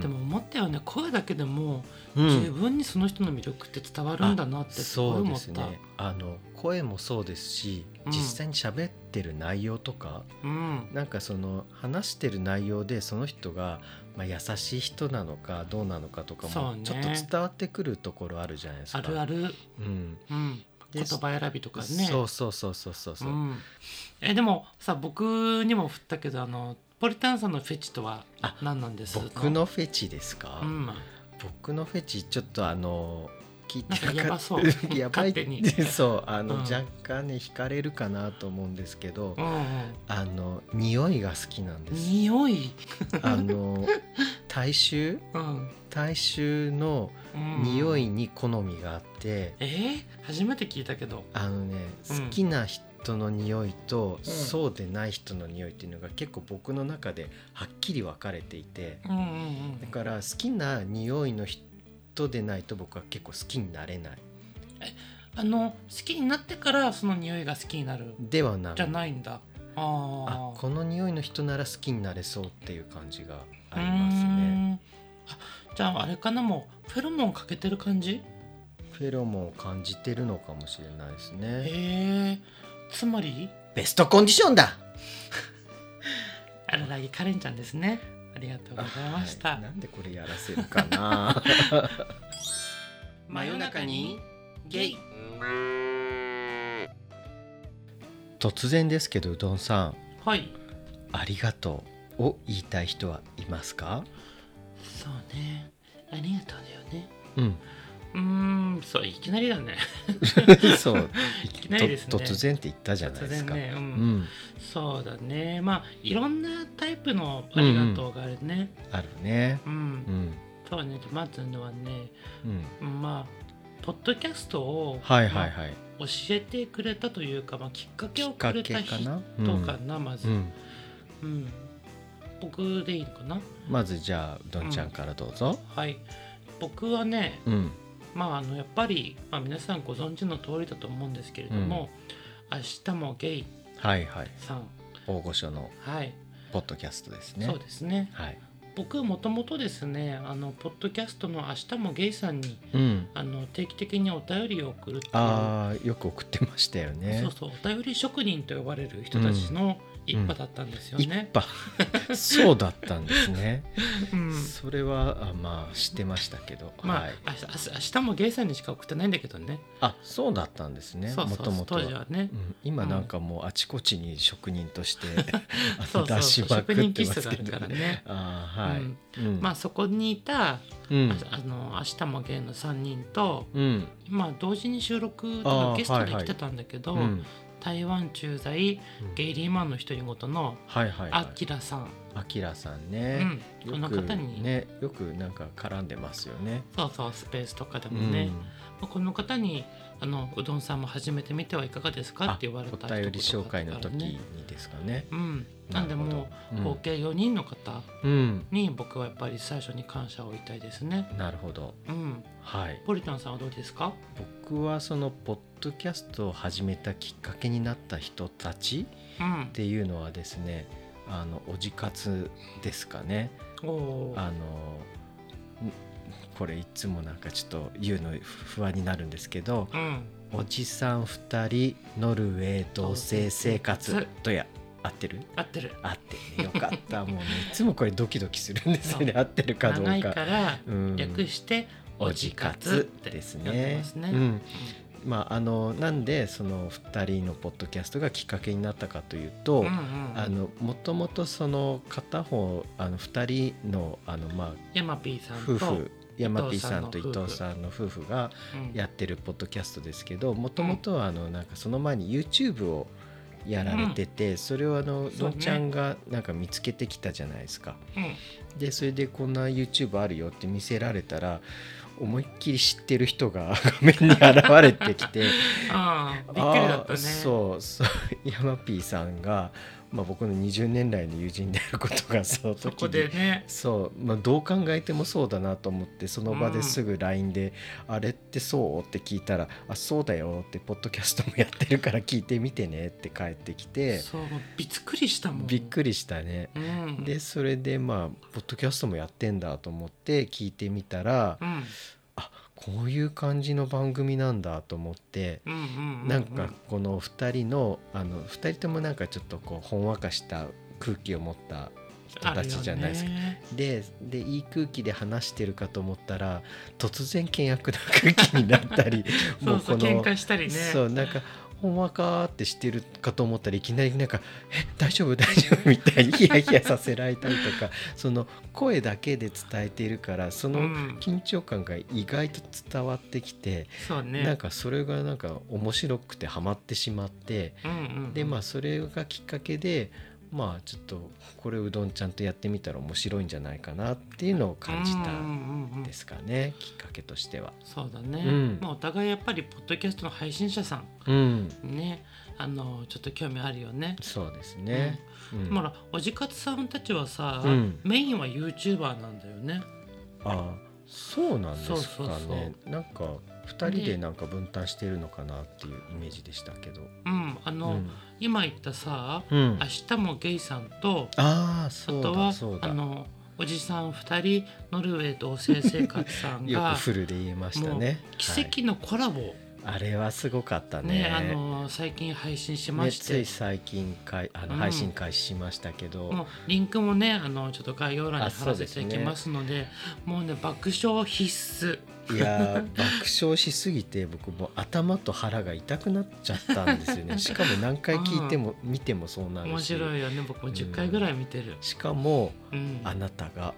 Speaker 1: でも思ったよね声だけでも
Speaker 2: うん
Speaker 1: 十分にその人の魅力って伝わるんだなってすごい
Speaker 2: そう
Speaker 1: 思
Speaker 2: で
Speaker 1: っ
Speaker 2: す
Speaker 1: た、
Speaker 2: ねあの声もそうですし
Speaker 1: うん
Speaker 2: 実際に喋ってる内容とか、
Speaker 1: うん
Speaker 2: なんかその話してる内容でその人が、まあ、優しい人なのかどうなのかとか
Speaker 1: そう
Speaker 2: も
Speaker 1: ね
Speaker 2: ちょっと伝わってくるところあるじゃないですか。
Speaker 1: あるある、
Speaker 2: うん、
Speaker 1: うん、言
Speaker 2: で
Speaker 1: 葉選びとかね
Speaker 2: そうそうそうそうそうそう。
Speaker 1: うん、えでもさ僕にも振ったけどあのポリタンさんのフェチとは
Speaker 2: あ
Speaker 1: 何なんです
Speaker 2: 僕、のフェチですか、
Speaker 1: うん、
Speaker 2: 僕のフェチちょっとあの聞いて
Speaker 1: なんかやばそう
Speaker 2: <laughs> やばい
Speaker 1: 勝手に
Speaker 2: そうあの、
Speaker 1: うん
Speaker 2: 若干ね惹かれるかなと思うんですけど、
Speaker 1: うんうん、
Speaker 2: あの匂いが好きなんです。
Speaker 1: 匂い、
Speaker 2: あの大衆
Speaker 1: うん
Speaker 2: 大衆の
Speaker 1: うん、
Speaker 2: 匂いに好みがあって、
Speaker 1: えー、初めて聞いたけど
Speaker 2: あのね
Speaker 1: うん
Speaker 2: 好きな人の匂いと、
Speaker 1: ん
Speaker 2: そうでない人の匂いっていうのが結構僕の中ではっきり分かれていて
Speaker 1: うんうんう
Speaker 2: だ
Speaker 1: ん
Speaker 2: から好きな匂いの人でないと僕は結構好きになれない
Speaker 1: あの好きになってからその匂いが好きになる
Speaker 2: ではない
Speaker 1: じゃないんだあ
Speaker 2: あ
Speaker 1: ー
Speaker 2: この匂いの人なら好きになれそうっていう感じがありますね
Speaker 1: うーんあじゃああれかなもうフェロモンかけてる感じ
Speaker 2: フェロモンを感じてるのかもしれないです
Speaker 1: へえ
Speaker 2: ね
Speaker 1: つまり
Speaker 2: ベストコンディションだ
Speaker 1: あららぎカレンちゃんですねありがとうございました、
Speaker 2: はいなんでこれやらせるかな
Speaker 1: 真夜中に <laughs> ゲイ
Speaker 2: 突然ですけどうどんさん
Speaker 1: はい
Speaker 2: ありがとうを言いたい人はいますか
Speaker 1: そうねありがとうだよね
Speaker 2: うん
Speaker 1: うーんそういきなりだね
Speaker 2: <laughs> そう
Speaker 1: いきなりですね
Speaker 2: と突然って言ったじゃない
Speaker 1: 突
Speaker 2: です
Speaker 1: 然
Speaker 2: か、
Speaker 1: ね、うん
Speaker 2: うん
Speaker 1: そうだねまあいろんなタイプのありがとうがあるね
Speaker 2: あるね
Speaker 1: うん、
Speaker 2: うん
Speaker 1: そうねまずのはね
Speaker 2: うん
Speaker 1: まあポッドキャストを、
Speaker 2: はいはい
Speaker 1: ま
Speaker 2: はい
Speaker 1: あ教えてくれたというか、まあ、きっかけをくれた人
Speaker 2: きっかけかな
Speaker 1: かな、まず、
Speaker 2: う
Speaker 1: うん
Speaker 2: ん
Speaker 1: 僕でいいのかな
Speaker 2: まずじゃあうどんちゃんからどうぞ
Speaker 1: はい僕はね
Speaker 2: うん
Speaker 1: まああのやっぱり、まあ、皆さんご存知の通りだと思うんですけれども「明日もゲイ
Speaker 2: はいはい」
Speaker 1: さん
Speaker 2: 大御所の
Speaker 1: はい、
Speaker 2: ポッドキャストですね
Speaker 1: そうですね
Speaker 2: はい
Speaker 1: 僕もともとですねあのポッドキャストの「明日もゲイ」さんに
Speaker 2: うん
Speaker 1: あの定期的にお便りを送るっていう
Speaker 2: あーよく送ってましたよね
Speaker 1: そうそうお便り職人と呼ばれる人たちの一派だったんですよ
Speaker 2: 一
Speaker 1: ね。
Speaker 2: 派そうだったんですね、
Speaker 1: うん
Speaker 2: それはあまあ知ってましたけど、
Speaker 1: まあ、
Speaker 2: はい、
Speaker 1: あしあし明日もゲイさんにしか送ってないんだけどね。
Speaker 2: あそうだったんですね
Speaker 1: そう
Speaker 2: も
Speaker 1: そう
Speaker 2: ともと
Speaker 1: 当時
Speaker 2: は、
Speaker 1: はね
Speaker 2: う。ん、今なんかもうあちこちに職人として
Speaker 1: <laughs>
Speaker 2: あ
Speaker 1: そう
Speaker 2: の
Speaker 1: そう
Speaker 2: 出しまく
Speaker 1: 職
Speaker 2: っ
Speaker 1: 人
Speaker 2: て
Speaker 1: 気
Speaker 2: ま
Speaker 1: 質
Speaker 2: す
Speaker 1: が
Speaker 2: け
Speaker 1: ある
Speaker 2: ど
Speaker 1: からね。
Speaker 2: あーはい、
Speaker 1: うん
Speaker 2: うん
Speaker 1: まあそこにいた、
Speaker 2: うん
Speaker 1: ああの明日もゲイの3人と、
Speaker 2: うん
Speaker 1: まあ、同時に収録とか
Speaker 2: あー
Speaker 1: ゲストで
Speaker 2: はいは
Speaker 1: 来
Speaker 2: い
Speaker 1: てたんだけど、
Speaker 2: うん
Speaker 1: 台湾駐在ゲイリーマンの独り言の
Speaker 2: はいはいは
Speaker 1: あ
Speaker 2: い
Speaker 1: きらさん、
Speaker 2: あきらさん
Speaker 1: う
Speaker 2: ね、
Speaker 1: ん、こ
Speaker 2: よく
Speaker 1: の方に、
Speaker 2: ねよくなんか絡んでますよね
Speaker 1: そうそうスペースとかでもね、まあこの方にあのうどんさんも始めてみてはいかがですか
Speaker 2: あ
Speaker 1: って言われた
Speaker 2: お便り
Speaker 1: 一言
Speaker 2: 紹
Speaker 1: があ
Speaker 2: 介
Speaker 1: る
Speaker 2: の時に
Speaker 1: ね
Speaker 2: ですかね
Speaker 1: うん、なんでもう合計4人の方
Speaker 2: うん、うん
Speaker 1: に僕はやっぱり最初に感謝を言いたいですね。
Speaker 2: なるほど
Speaker 1: うん、
Speaker 2: はい
Speaker 1: ポリタンさんはどうですか？
Speaker 2: 僕はそのポッドキャストを始めたきっかけになった人たち
Speaker 1: うん
Speaker 2: っ、ていうのはですねあのおじ活ですかね
Speaker 1: おおー、
Speaker 2: あのんこれいつもなんかちょっと言うの不安になるんですけど
Speaker 1: うん、
Speaker 2: おじさん2人ノルウェー同棲生
Speaker 1: 同
Speaker 2: 活
Speaker 1: 棲
Speaker 2: とや合ってる
Speaker 1: 合ってる。
Speaker 2: 合ってるねよかったもうねいつもこれドキドキするんですよね合ってるかどう
Speaker 1: 長い
Speaker 2: か。
Speaker 1: から
Speaker 2: うん
Speaker 1: 略しておじ活って
Speaker 2: です
Speaker 1: 呼んで
Speaker 2: ね
Speaker 1: ますね。
Speaker 2: うん、まああのなんでその2人のポッドキャストがきっかけになったかという
Speaker 1: う
Speaker 2: と、
Speaker 1: んうん
Speaker 2: あのもともとその片方あの2人のあの、まあ、
Speaker 1: ヤマピーさんと
Speaker 2: 夫婦山 P さんと
Speaker 1: 伊
Speaker 2: 伊
Speaker 1: 藤
Speaker 2: 藤
Speaker 1: さ
Speaker 2: さんの夫婦が
Speaker 1: うん
Speaker 2: やってるポッドキャストですけどもともとはあのなんかその前に YouTube をやられてて、それをあの
Speaker 1: そう
Speaker 2: ど
Speaker 1: ね
Speaker 2: んちゃんがなんか見つけてきたじゃないですか。
Speaker 1: うん
Speaker 2: でそれでこんな YouTube あるよって見せられたら思いっきり知ってる人が画面に現れてき
Speaker 1: <laughs>
Speaker 2: て
Speaker 1: ああびっくりだった
Speaker 2: あー
Speaker 1: ね。
Speaker 2: そうそう山 P さんが、まあ、僕の20年来の友人であることがその時
Speaker 1: そ
Speaker 2: に
Speaker 1: こでね。
Speaker 2: そう、まあ、どう考えてもそうだなと思ってその場ですぐ LINE で「あれってそう?」って聞いたら「あそうだよ」って「ポッドキャストもやってるから聞いてみてね」って帰ってきて
Speaker 1: そうびっくりしたもん。
Speaker 2: びっくりしたね。
Speaker 1: うん、
Speaker 2: でそれでまあポッドキャストもやってんだと思って聞いてみたら
Speaker 1: うん
Speaker 2: あこういう感じの番組なんだと思って
Speaker 1: うんうんう
Speaker 2: なんかこの2人のあの2人ともなんかちょっとこうほんわかした空気を持った人たちじゃないですか。
Speaker 1: あるよね
Speaker 2: ででいい空気で話してるかと思ったら突然険悪な空気になった
Speaker 1: <laughs>
Speaker 2: り
Speaker 1: そうそう喧嘩したりね。
Speaker 2: そうなんかほんわかーってしてるかと思ったらいきなりなんか「え大丈夫 <laughs> 大丈夫」みたいにヒヤヒヤさせられたりとかその声だけで伝えているからそうの
Speaker 1: ん、
Speaker 2: 緊張感が意外と伝わってきて、
Speaker 1: そうね。
Speaker 2: なんかそれがなんか面白くてハマってしまって
Speaker 1: うんうんうん、
Speaker 2: でまあそれがきっかけで。まあちょっとこれうどんちゃんとやってみたら面白いんじゃないかなっていうのを感じた
Speaker 1: うん
Speaker 2: ん
Speaker 1: うんうんうん
Speaker 2: ですかね、きっかけとしては。
Speaker 1: そうだね、
Speaker 2: うん
Speaker 1: まあお互いやっぱりポッドキャストの配信者さ
Speaker 2: うん、
Speaker 1: んねあのちょっと興味あるよね。
Speaker 2: そうですね。うん
Speaker 1: うん、ほらおじかつさんたちはさ、
Speaker 2: うん
Speaker 1: メインは YouTuber なんだよね。
Speaker 2: あそうなんですかね
Speaker 1: そうそうそ
Speaker 2: なんか2人でなんか分担してるのかなっていうイメージでしたけど、
Speaker 1: うんあの、
Speaker 2: うん
Speaker 1: 今言ったさ、
Speaker 2: うん
Speaker 1: 明日もゲイさんと
Speaker 2: ああ
Speaker 1: あ
Speaker 2: そう
Speaker 1: と
Speaker 2: だ
Speaker 1: は
Speaker 2: そう
Speaker 1: あ
Speaker 2: だ
Speaker 1: のおじさん二人ノルウェー同棲生活さん
Speaker 2: <laughs> よ
Speaker 1: が
Speaker 2: くフルで言えましたね
Speaker 1: もう奇
Speaker 2: はい
Speaker 1: 跡のコラボ、
Speaker 2: あれはすごかったね
Speaker 1: ねあの最近配信しま
Speaker 2: ね
Speaker 1: し
Speaker 2: つ
Speaker 1: て、
Speaker 2: い最近かいあの
Speaker 1: うん
Speaker 2: 配信開始しましたけど、
Speaker 1: もうリンクもねあのちょっと概要欄に貼
Speaker 2: あそ
Speaker 1: ら
Speaker 2: う
Speaker 1: せ
Speaker 2: で
Speaker 1: て
Speaker 2: す
Speaker 1: い
Speaker 2: ね
Speaker 1: きますのでもうね爆笑必須
Speaker 2: いやー爆笑しすぎて僕もう頭と腹が痛くなっちゃったんです
Speaker 1: <laughs>
Speaker 2: よねしかも何回聞いても、見てもそうなる
Speaker 1: 面
Speaker 2: し
Speaker 1: 白いよね僕も10回ぐらい見てる、
Speaker 2: しかも
Speaker 1: うん
Speaker 2: あなたが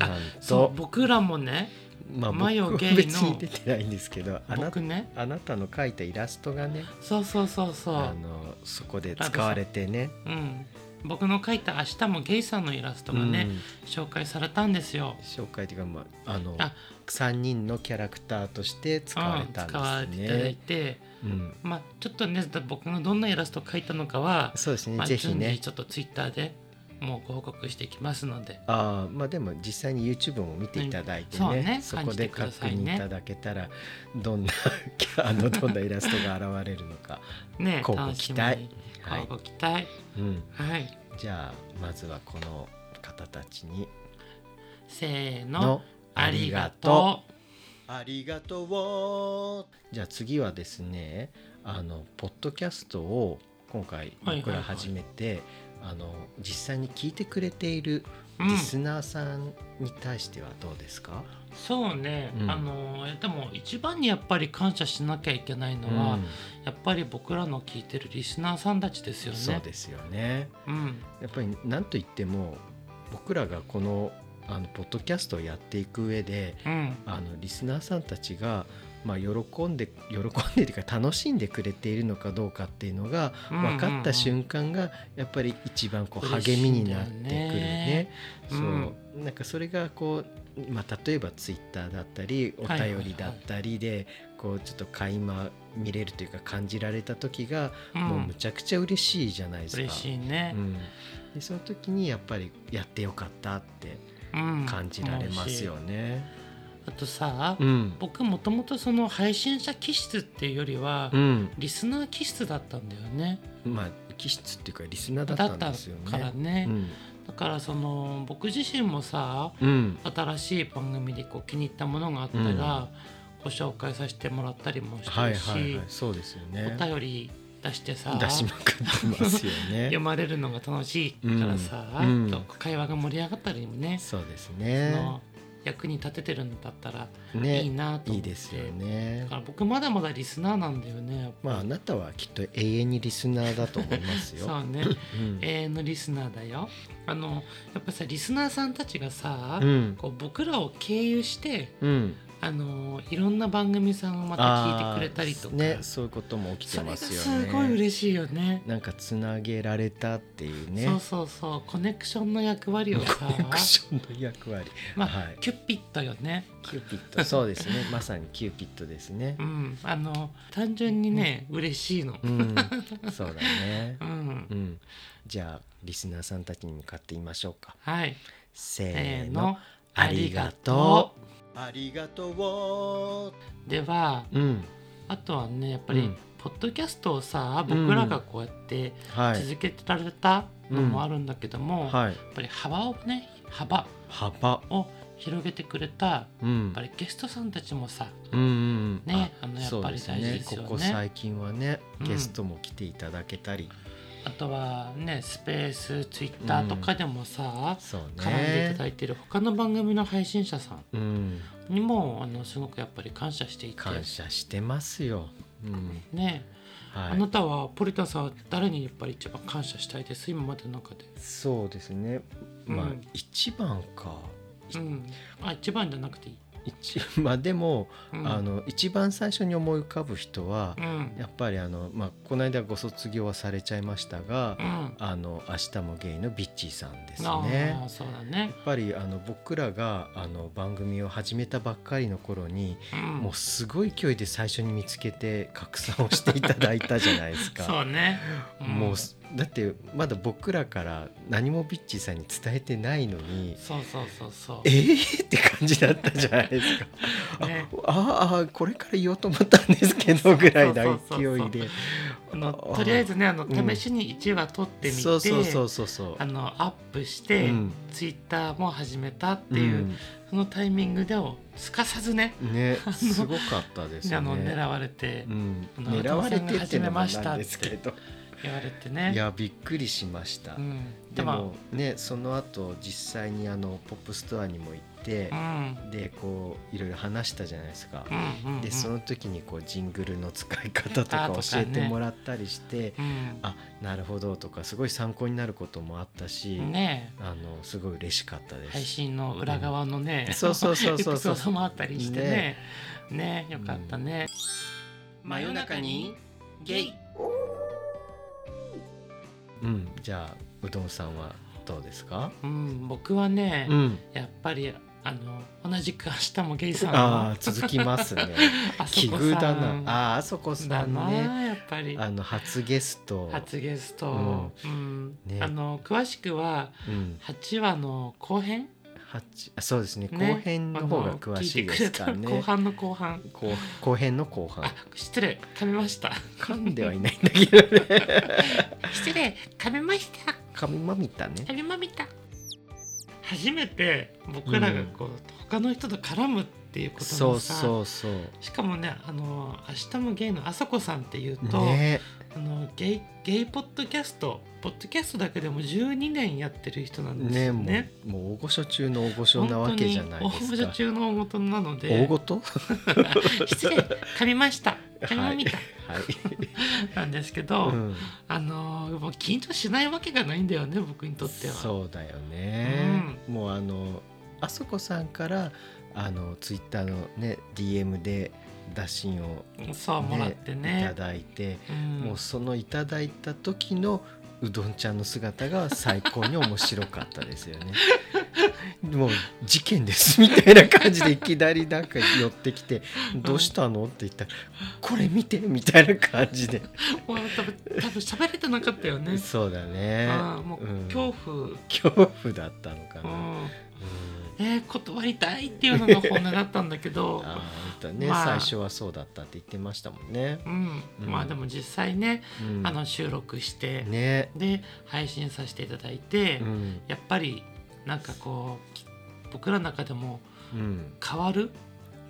Speaker 1: あ
Speaker 2: なん
Speaker 1: そう
Speaker 2: と
Speaker 1: 僕らもね
Speaker 2: まあ僕
Speaker 1: マヨ
Speaker 2: は
Speaker 1: ゲイの
Speaker 2: 別に出てないんですけどあな
Speaker 1: 僕ね
Speaker 2: あなたの描いたイラストがね
Speaker 1: そうそうそうそ
Speaker 2: あ
Speaker 1: う、
Speaker 2: のそこで使われてね
Speaker 1: うん、僕の描いた「明日もゲイさん」のイラストがね、紹介されたんですよ
Speaker 2: うん、紹介というか、まあ、あの
Speaker 1: あ
Speaker 2: 3人のキャラクターとして使われた
Speaker 1: うん使われ
Speaker 2: ん
Speaker 1: て
Speaker 2: で
Speaker 1: い
Speaker 2: す
Speaker 1: ただい
Speaker 2: ね。
Speaker 1: て、
Speaker 2: うん、
Speaker 1: まあ、ちょっとね僕がどんなイラスト描いたのかは、
Speaker 2: そうですね、
Speaker 1: まあ、
Speaker 2: ぜひ
Speaker 1: 順次
Speaker 2: ね
Speaker 1: ちょっとツイッターでもうご報告していきますので
Speaker 2: あーまあでも実際に YouTube も見ていただいて
Speaker 1: うんそうね
Speaker 2: ね,、そ
Speaker 1: 感
Speaker 2: こ
Speaker 1: じて
Speaker 2: で
Speaker 1: くだ
Speaker 2: 確
Speaker 1: さいね
Speaker 2: 認いただけたらどんなあのどんなイラストが現れるの
Speaker 1: <laughs>
Speaker 2: か、
Speaker 1: ね
Speaker 2: 乞うご
Speaker 1: 楽しみ
Speaker 2: 期待
Speaker 1: に
Speaker 2: はい
Speaker 1: 乞うご期待
Speaker 2: うん、
Speaker 1: はい
Speaker 2: じゃあまずはこの方たちに
Speaker 1: せーの
Speaker 2: の
Speaker 1: ありがとう
Speaker 2: ありがとうじゃあ次はですねあのポッドキャストを今回
Speaker 1: はいはいはい
Speaker 2: 僕ら始めて、あの実際に聞いてくれている
Speaker 1: う
Speaker 2: リ
Speaker 1: ん
Speaker 2: スナーさんに対してはどうですか、
Speaker 1: そうね、
Speaker 2: うん
Speaker 1: あのでも一番にやっぱり感謝しなきゃいけないのは、やっぱり僕らの聞いてるリスナーさんたちですよね。
Speaker 2: そうですよね
Speaker 1: うん、
Speaker 2: やっぱり何と言っても僕らがこのあのポッドキャストをやっていく上で
Speaker 1: うん、
Speaker 2: あのリスナーさんたちが、まあ、喜んで喜んでというか楽しんでくれているのかどうかっていうのが
Speaker 1: うんうんうん
Speaker 2: 分かった瞬間がやっぱり一番こう
Speaker 1: 嬉
Speaker 2: 励
Speaker 1: しい
Speaker 2: み
Speaker 1: ん
Speaker 2: に
Speaker 1: だよ
Speaker 2: なってくるね
Speaker 1: ね。うん
Speaker 2: そうなんかそれがこう、まあ、例えばツイッターだったりお
Speaker 1: はいはいはい
Speaker 2: 便りだったりで、こうちょっと垣間見れるというか感じられた時が、
Speaker 1: うん
Speaker 2: もうむちゃくちゃ嬉しいじゃないですか。
Speaker 1: 嬉しいね
Speaker 2: う。ん、でその時にやっぱりやってよかったって
Speaker 1: うん
Speaker 2: 感じられますよ
Speaker 1: 思うし
Speaker 2: ね。
Speaker 1: あとさ、
Speaker 2: うん
Speaker 1: 僕もともとその配信者気質っていうよりは、
Speaker 2: うん、
Speaker 1: リスナー気質だったんだよね。
Speaker 2: まあ気質っていうかリスナーだ
Speaker 1: だ
Speaker 2: った
Speaker 1: っ
Speaker 2: ん
Speaker 1: た
Speaker 2: ですよね。
Speaker 1: からね。
Speaker 2: うん
Speaker 1: だからその僕自身もさ、
Speaker 2: うん
Speaker 1: 新しい番組でこう気に入ったものがあったら、
Speaker 2: うん
Speaker 1: ご紹介させてもらったりもして
Speaker 2: はい
Speaker 1: るし、
Speaker 2: はいはいそうですよね。
Speaker 1: お便り出してさ、
Speaker 2: 出しまくってますよ
Speaker 1: 読 <laughs>
Speaker 2: ね。
Speaker 1: まれるのが楽しいからさ、
Speaker 2: うんうん
Speaker 1: と会話が盛り上がったりもね、
Speaker 2: そうです
Speaker 1: そ
Speaker 2: ね
Speaker 1: の。役に立ててるんだったら
Speaker 2: ね
Speaker 1: いいなと思
Speaker 2: いい
Speaker 1: って、
Speaker 2: ですよ
Speaker 1: だ
Speaker 2: ね
Speaker 1: か。ら僕まだまだリスナーなんだよね
Speaker 2: まああなたはきっと永遠にリスナーだと思います
Speaker 1: <laughs>
Speaker 2: よ。
Speaker 1: そうね
Speaker 2: うん
Speaker 1: 永遠のリスナーだよあのやっぱさリスナーさんたちがさ、
Speaker 2: うん
Speaker 1: こう僕らを経由して
Speaker 2: うん。
Speaker 1: あのいろんな番組さんをまた聞いてくれたりと
Speaker 2: あ
Speaker 1: か、
Speaker 2: ーねそういうことも起き
Speaker 1: そ
Speaker 2: て
Speaker 1: れ
Speaker 2: ま
Speaker 1: が
Speaker 2: すよ
Speaker 1: す
Speaker 2: ね。
Speaker 1: ごい嬉しいよね
Speaker 2: なんかつなげられたっていうね。
Speaker 1: そうそうそうコネクションの役割をさ
Speaker 2: コネクションの役割。
Speaker 1: まあ、
Speaker 2: はい
Speaker 1: キュピットよね
Speaker 2: キューピット。そうですね。まさにキューピットですね
Speaker 1: う。んあの単純にね、嬉しいの
Speaker 2: うん。そうだね
Speaker 1: う。ん、
Speaker 2: うん。じゃあリスナーさんたちに向かって言いましょうか。
Speaker 1: はいせ
Speaker 2: せー
Speaker 1: ー
Speaker 2: の。
Speaker 1: の
Speaker 2: ありがと
Speaker 1: う
Speaker 2: う。ありがと
Speaker 1: では
Speaker 2: う。うん。
Speaker 1: あとはねやっぱり、
Speaker 2: うん
Speaker 1: ポッドキャストをさ
Speaker 2: うん
Speaker 1: 僕らがこうやって
Speaker 2: はい。
Speaker 1: 続けてられたのもあるんだけども、やっ
Speaker 2: はい。
Speaker 1: ぱり幅をね幅
Speaker 2: 幅。
Speaker 1: を広げてくれたや
Speaker 2: うん
Speaker 1: っぱ。りゲストさんたちもさ
Speaker 2: うんうんうん。
Speaker 1: ねあ
Speaker 2: あ
Speaker 1: のやっ
Speaker 2: そう
Speaker 1: ぱり
Speaker 2: です
Speaker 1: 大事
Speaker 2: ね
Speaker 1: で。す
Speaker 2: こ
Speaker 1: よね
Speaker 2: こ最近はね、
Speaker 1: うん
Speaker 2: ゲストも来ていただけたり。
Speaker 1: あとはねスペースツイッターとかでもさ、
Speaker 2: そうね。
Speaker 1: 絡んでいただいている他の番組の配信者さん
Speaker 2: うん。
Speaker 1: にもあのすごくやっぱり感謝していて、
Speaker 2: 感謝してますよ。うん。
Speaker 1: ねあ
Speaker 2: は。
Speaker 1: ないたはポリタンさんは誰にやっぱり一番感謝したいです今までの中で。
Speaker 2: そうですね。まあ
Speaker 1: うん
Speaker 2: 一番か。
Speaker 1: うん、あ一番じゃなくていい。
Speaker 2: 一 <laughs> まあでも、
Speaker 1: うん、
Speaker 2: あの一番最初に思い浮かぶ人は
Speaker 1: う、ん、
Speaker 2: やっぱりあのまあこの間ご卒業はされちゃいましたが
Speaker 1: う、ん、
Speaker 2: あの明日もゲイのビッチーさんです
Speaker 1: ああ
Speaker 2: ね。
Speaker 1: そうだ
Speaker 2: や
Speaker 1: ね。
Speaker 2: っぱりあの僕らがあの番組を始めたばっかりの頃に、
Speaker 1: うん、
Speaker 2: もうすごい勢い
Speaker 1: <laughs>
Speaker 2: で最初に見つけて拡散をしていただいたじゃないですか。
Speaker 1: そうね。ん
Speaker 2: もうだってまだ僕らから何もビッチーさんに伝えてないのに
Speaker 1: そうそうそうそう
Speaker 2: えー、って感じだったじゃないですか、 <laughs>
Speaker 1: ね
Speaker 2: ああーこれから言おうと思ったんですけどぐらいの勢
Speaker 1: そうそ
Speaker 2: いう
Speaker 1: そう
Speaker 2: で
Speaker 1: あのとりあえずねあの試しに1話取ってみて、
Speaker 2: そうそうそうそうそう
Speaker 1: あのアップして、
Speaker 2: うん
Speaker 1: ツイッターも始めたっていう、そのタイミングでをすかさずね
Speaker 2: うんねすごかったですね
Speaker 1: あの狙われて
Speaker 2: うん、
Speaker 1: あの
Speaker 2: 狙われてってのもなんですけど
Speaker 1: 言われてね。
Speaker 2: いやびっくりしました、
Speaker 1: うん、
Speaker 2: で
Speaker 1: でも
Speaker 2: もねその後実際にあのポップストアにも行って
Speaker 1: う、ん
Speaker 2: でこういろいろ話したじゃないですか、
Speaker 1: うんうんうん
Speaker 2: でその時にこうジングルの使い方と
Speaker 1: あ
Speaker 2: か
Speaker 1: と
Speaker 2: 教
Speaker 1: か
Speaker 2: えて
Speaker 1: ね
Speaker 2: もらったりして
Speaker 1: うん
Speaker 2: あ,、なるほどとかすごい参考になることもあったし、
Speaker 1: ね
Speaker 2: あのすごい嬉しかったで
Speaker 1: え
Speaker 2: す。
Speaker 1: 配信の裏側のね、
Speaker 2: うんそうそうそうそうそ
Speaker 1: <laughs>
Speaker 2: う
Speaker 1: エピソードもあったりしてねねえよかったね、
Speaker 2: 真夜中に
Speaker 1: ゲイ
Speaker 2: うん、じゃあうどんさんはどうですか、
Speaker 1: うん、僕はね、
Speaker 2: うん、
Speaker 1: やっぱりあの同じく明日もゲイさんの
Speaker 2: ああ続きますね
Speaker 1: <laughs> あ
Speaker 2: 奇
Speaker 1: そこ
Speaker 2: 遇
Speaker 1: さ
Speaker 2: だ
Speaker 1: ん
Speaker 2: なあーあそこさ
Speaker 1: だ
Speaker 2: ん
Speaker 1: な、
Speaker 2: ね
Speaker 1: やっぱり
Speaker 2: あの初ゲスト、
Speaker 1: 初ゲスト、うん
Speaker 2: ね
Speaker 1: あの詳しくは
Speaker 2: うん、
Speaker 1: 8話の後編、
Speaker 2: 八あそうですね
Speaker 1: ね、
Speaker 2: 後編の方が詳しいですか
Speaker 1: あの聞いてくれた
Speaker 2: ね
Speaker 1: 後半の後半
Speaker 2: 後後編の後半
Speaker 1: あ失礼噛みました
Speaker 2: 噛んではいないんだけどね
Speaker 1: <laughs> 失礼噛みました
Speaker 2: 噛みまみたね
Speaker 1: 噛みまみた初めて僕らがこう、他の人と絡むっていうこともさ
Speaker 2: そうそうそう
Speaker 1: しかもねあの「明日もゲイ」のあさこさんっていうと、
Speaker 2: ね
Speaker 1: あのゲイゲイポッドキャストポッドキャストだけでも12年やってる人なんです
Speaker 2: ね
Speaker 1: よね。
Speaker 2: もうもう大御所中の大御所なわけじゃないで
Speaker 1: 本当
Speaker 2: す
Speaker 1: に大御
Speaker 2: か
Speaker 1: 所中の大事なので
Speaker 2: 大ごと
Speaker 1: 失礼噛みま
Speaker 2: <laughs>
Speaker 1: した噛みまみた、
Speaker 2: はい、
Speaker 1: なんですけど、
Speaker 2: うん、
Speaker 1: あのーもう緊張しないわけがないんだよね僕にとっては
Speaker 2: そうだよね、もうあのあそこさんからあのツイッターのね DM で打診を、
Speaker 1: そうもらって
Speaker 2: い
Speaker 1: ね
Speaker 2: ただいて、
Speaker 1: うん
Speaker 2: もうそのいただいた時のうどんちゃんの姿が最高に面白かったです
Speaker 1: <laughs>
Speaker 2: よね。もう事件ですみたいな感じでいきなりなんか寄ってきて「どうしたの?」って言ったら「これ見て」みたいな感じで
Speaker 1: もう多分多分喋れてなかったよね
Speaker 2: そうだね
Speaker 1: ああもう
Speaker 2: うん
Speaker 1: 恐怖、うん
Speaker 2: 恐怖だったのかな。うん
Speaker 1: えー断りたいっていうのが本音だったんだけ
Speaker 2: <laughs>
Speaker 1: ど
Speaker 2: ああだね、
Speaker 1: まあ
Speaker 2: 最初はそうだったって言ってましたもんね。
Speaker 1: うん、
Speaker 2: うん
Speaker 1: まあでも実際ね、
Speaker 2: うん
Speaker 1: あの収録して、
Speaker 2: ね、
Speaker 1: で配信させていただいて、
Speaker 2: うん
Speaker 1: やっぱりなんかこうき僕らの中でも
Speaker 2: うん、
Speaker 1: 変わる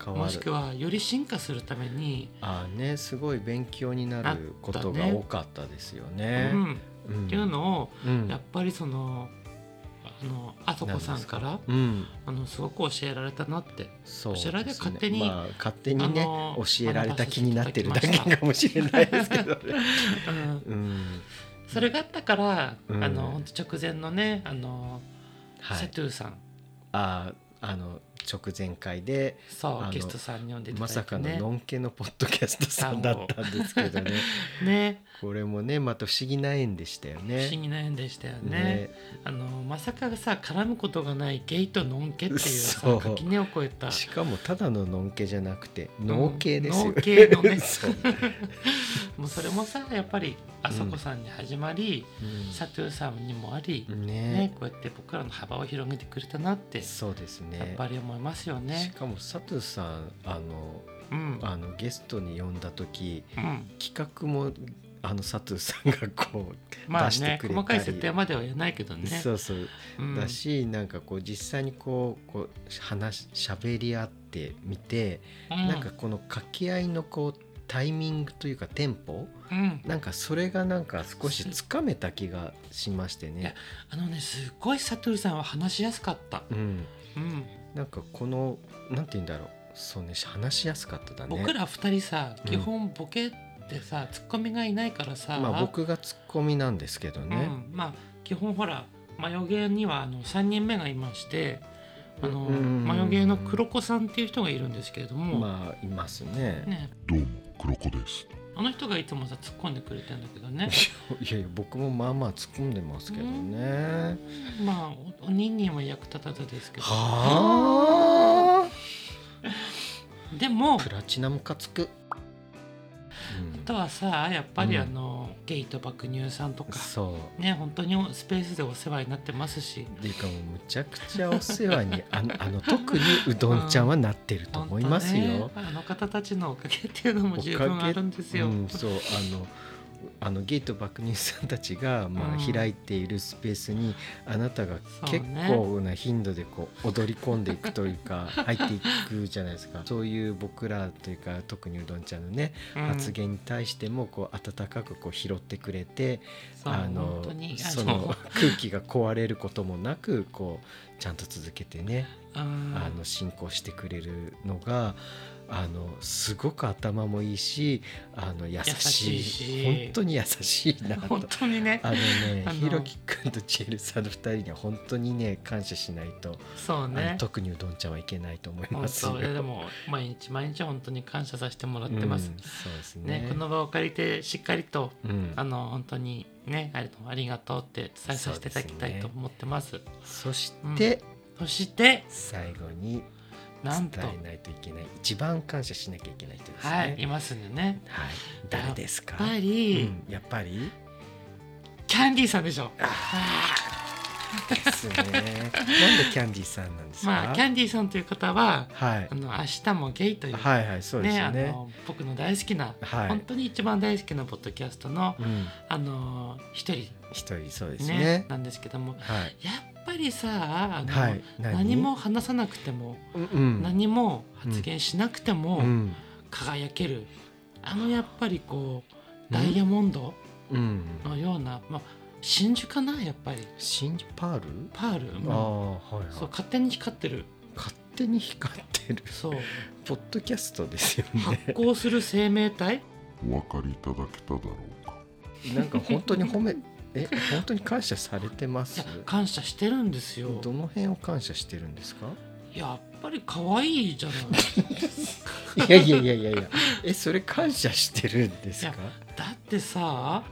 Speaker 2: 変わ
Speaker 1: もし
Speaker 2: る
Speaker 1: くはより進化するために、
Speaker 2: ああねすごい勉強になることが多かったですよね。
Speaker 1: うん、っ
Speaker 2: うん
Speaker 1: ていうのを
Speaker 2: うん
Speaker 1: やっぱりそのあのあそこさんから
Speaker 2: うん、
Speaker 1: あのすごく教えられたな
Speaker 2: <laughs>
Speaker 1: って
Speaker 2: そう
Speaker 1: こちらで
Speaker 2: ですね
Speaker 1: 勝手に
Speaker 2: まあ、勝手にね
Speaker 1: あの
Speaker 2: 教えられた気になってるだ
Speaker 1: 学ばせていただきまし
Speaker 2: け
Speaker 1: た
Speaker 2: かもしれないですけどね。
Speaker 1: うん
Speaker 2: <laughs> うん、
Speaker 1: それがあったから、
Speaker 2: うん
Speaker 1: あの本当直前のねあの、
Speaker 2: は
Speaker 1: セ
Speaker 2: い。
Speaker 1: トゥーさん
Speaker 2: あああの直前回で
Speaker 1: そ
Speaker 2: あの
Speaker 1: うゲストさんに呼んでいた
Speaker 2: ま
Speaker 1: だい
Speaker 2: さ
Speaker 1: て
Speaker 2: かの
Speaker 1: ね,、
Speaker 2: のんけのポッドキャストさんだったんですけどね。
Speaker 1: ね
Speaker 2: これもねまた不思議な縁でしたよ
Speaker 1: 不
Speaker 2: ね。
Speaker 1: 思議な縁でしたよねあのまさかさ絡むことがないゲイとノンケっていうさ
Speaker 2: そう
Speaker 1: 垣根を越えた
Speaker 2: しかもただののんけじゃなくて脳系ですよ、
Speaker 1: 脳系のね
Speaker 2: <laughs> そう
Speaker 1: もうそれもさやっぱりあそこさんに始まり、サトゥーさんにもあり、
Speaker 2: うんね
Speaker 1: ね、こうやって僕らの幅を広げてくれたなって、
Speaker 2: そうですね
Speaker 1: やっぱり思いますよ
Speaker 2: し
Speaker 1: ね。
Speaker 2: かも佐藤さんあの
Speaker 1: うん、
Speaker 2: あのゲストに呼んだ時
Speaker 1: うん、
Speaker 2: 企画もあの佐藤さんがこ
Speaker 1: まあ
Speaker 2: 出して
Speaker 1: ね
Speaker 2: くれたり
Speaker 1: 細かい設定までは言えないけど
Speaker 2: う、
Speaker 1: ね。
Speaker 2: そうそう、
Speaker 1: うん
Speaker 2: だしなんかこう実際にこうこう話しゃべり合ってみて、
Speaker 1: うん
Speaker 2: なんかこの掛け合いのこうタイミングというかテンポ
Speaker 1: うん、
Speaker 2: なんかそれがなんか少しつかめた気がしまして
Speaker 1: いや
Speaker 2: ね、
Speaker 1: あのねすっごいサトゥーさんは話しやすかった。
Speaker 2: うん、
Speaker 1: うん、
Speaker 2: なんかこのなんて言うんだろうそうね話しやすかっただね
Speaker 1: 僕ら二人さ
Speaker 2: うん
Speaker 1: 基本ボケでさ、ツッコミがいないからさ、
Speaker 2: まあ僕がツッコミなんですけど
Speaker 1: う
Speaker 2: ね、
Speaker 1: ん、まあ基本ほらマヨゲーにはあの三人目がいまして。あの
Speaker 2: うん
Speaker 1: マヨゲーの黒子さんっていう人がいるんですけれども、
Speaker 2: まあいますね
Speaker 1: ね、
Speaker 3: どうも、黒子です。
Speaker 1: あの人がいつもさ突っ込んでくれてんだけどね
Speaker 2: いやいや <laughs> 僕もまあまあ突っ込んでますけどね
Speaker 1: まあおおにんにんは役立たずですけど
Speaker 2: はあ
Speaker 1: でも
Speaker 2: プラチナムカつく、
Speaker 1: あとはさやっぱり
Speaker 2: うん
Speaker 1: あの、ゲイと爆乳さんとか
Speaker 2: そ
Speaker 1: ね本当にスペースでお世話になってますし
Speaker 2: う。っていうかもうむちゃくちゃお世話にあのあの特にうどんちゃんはなってると思います
Speaker 1: 本
Speaker 2: よ。
Speaker 1: 当ねあの方たちのおかげっていうのも十分あるんですよ。
Speaker 2: うん、そうあのあのゲイと爆乳さんたちが、ま
Speaker 1: うん
Speaker 2: あ、開いているスペースにあなたが
Speaker 1: そう
Speaker 2: 結
Speaker 1: ね
Speaker 2: 構な頻度でこう踊り込んでいくという
Speaker 1: <laughs>
Speaker 2: か入っていくじゃないですかそういう僕らというか特にうどんちゃんのね、
Speaker 1: うん
Speaker 2: 発言に対してもこう温かくこう拾ってくれて
Speaker 1: そう
Speaker 2: あ
Speaker 1: 本
Speaker 2: の
Speaker 1: 当に <laughs>
Speaker 2: そ
Speaker 1: あ
Speaker 2: の
Speaker 1: の
Speaker 2: 空気が壊れることもなくこうちゃんと続けてね
Speaker 1: うん
Speaker 2: あの進行してくれるのがあのすごく頭もいいしあの優しい
Speaker 1: 優しいし
Speaker 2: 本当に優しいなと
Speaker 1: <laughs> 本。当にね
Speaker 2: あのね、
Speaker 1: あの
Speaker 2: ひろきくんとちえるさんの2人には本当にね感謝しないと、
Speaker 1: そう
Speaker 2: あ
Speaker 1: ね
Speaker 2: の。特にうどんちゃんはいけないと思い
Speaker 1: 本
Speaker 2: ますよ。
Speaker 1: 当いやでも毎日毎日本当に感謝させてもらってます
Speaker 2: うん。そうですね。
Speaker 1: ねこの場を借りてしっかりと
Speaker 2: うん
Speaker 1: あの本当にねあれのありがとうって伝えさせていただきたいと思ってます。
Speaker 2: そして、
Speaker 1: そして
Speaker 2: 最後に
Speaker 1: なんと
Speaker 2: 伝えないといけない一番感謝しなきゃいけない人ですね。
Speaker 1: はいいますんでね。
Speaker 2: はい誰ですか
Speaker 1: やっぱり、
Speaker 2: うんやっぱり
Speaker 1: キャンディーさんでしょ。
Speaker 2: ですね。なんでキャンディさんなんですか。
Speaker 1: まあキャンディーさんという方は
Speaker 2: はい
Speaker 1: あの明日もゲイという
Speaker 2: はいはいそうです
Speaker 1: ね
Speaker 2: よ
Speaker 1: あ
Speaker 2: ね。
Speaker 1: の僕の大好きな、
Speaker 2: はい
Speaker 1: 本当に一番大好きなポッドキャストの
Speaker 2: うん
Speaker 1: あの一人
Speaker 2: 一人そうです
Speaker 1: ね
Speaker 2: ね。
Speaker 1: なんですけども
Speaker 2: はい
Speaker 1: やっぱりさあの、
Speaker 2: はい
Speaker 1: 何も話さなくても、
Speaker 2: うんうん
Speaker 1: 何も発言しなくても、
Speaker 2: うん
Speaker 1: 輝けるあのやっぱりこうダイヤモンド
Speaker 2: うん
Speaker 1: のような、まあ、真珠かなやっぱり
Speaker 2: 新パール？
Speaker 1: パール
Speaker 2: あ
Speaker 1: も
Speaker 2: あはいはい。
Speaker 1: そう勝手に光ってる
Speaker 2: 勝手に光ってる
Speaker 1: そう
Speaker 2: <laughs> ポッドキャストですよ
Speaker 1: 発
Speaker 2: ね。
Speaker 1: 光する生命
Speaker 2: <laughs>
Speaker 1: 体
Speaker 4: お分かりいただけただろうか
Speaker 2: なんか本当に褒めえ本当に感謝されてま
Speaker 1: い
Speaker 2: す
Speaker 1: や。感謝してるんですよ
Speaker 2: どの辺を感謝してるんですか？
Speaker 1: やっぱり可愛いじゃない
Speaker 2: いやいやいやいやいや。えそれ感謝してるんですか？
Speaker 1: だってさ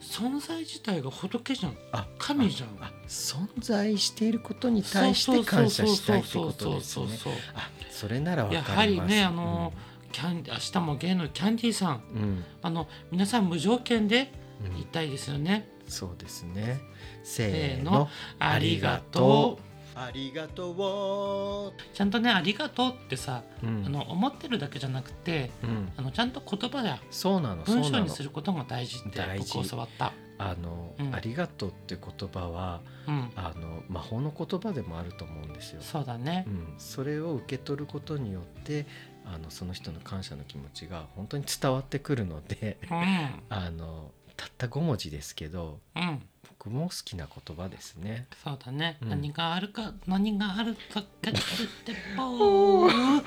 Speaker 1: 存在自体が仏じゃん
Speaker 2: あ
Speaker 1: 神じゃん
Speaker 2: あ存在していることに対して感謝したいってことです
Speaker 1: そうそうそうそうそ
Speaker 2: ね
Speaker 1: うそう
Speaker 2: あそれならわかります
Speaker 1: やはりねあの、キャン明日も芸のキャンディーさん
Speaker 2: うんうん
Speaker 1: あの皆さん無条件で
Speaker 2: うん
Speaker 1: 言いたいですよね、
Speaker 2: そうですねせ
Speaker 1: ー
Speaker 2: ー
Speaker 1: の
Speaker 2: の
Speaker 1: ありがとう
Speaker 3: ありがとう
Speaker 1: ちゃんとねありがとうってさ、
Speaker 2: うん
Speaker 1: あの思ってるだけじゃなくて
Speaker 2: うん
Speaker 1: あのちゃんと言葉や
Speaker 2: そうなのそう
Speaker 1: 文章
Speaker 2: な
Speaker 1: に
Speaker 2: の
Speaker 1: することが大事って
Speaker 2: 大事
Speaker 1: 僕教わった、
Speaker 2: あの、
Speaker 1: うん
Speaker 2: ありがとうって言葉は
Speaker 1: うん、
Speaker 2: あの魔法の言葉でもあると思うんですよ、
Speaker 1: そうだね
Speaker 2: う、ん、それを受け取ることによってあのその人の感謝の気持ちが本当に伝わってくるので
Speaker 1: うんうん
Speaker 2: あのたった5文字ですけど僕も好きな言葉ですね。
Speaker 1: そうだね、
Speaker 2: うん
Speaker 1: 何があるか何があるかかってぼ
Speaker 2: <laughs>
Speaker 1: ー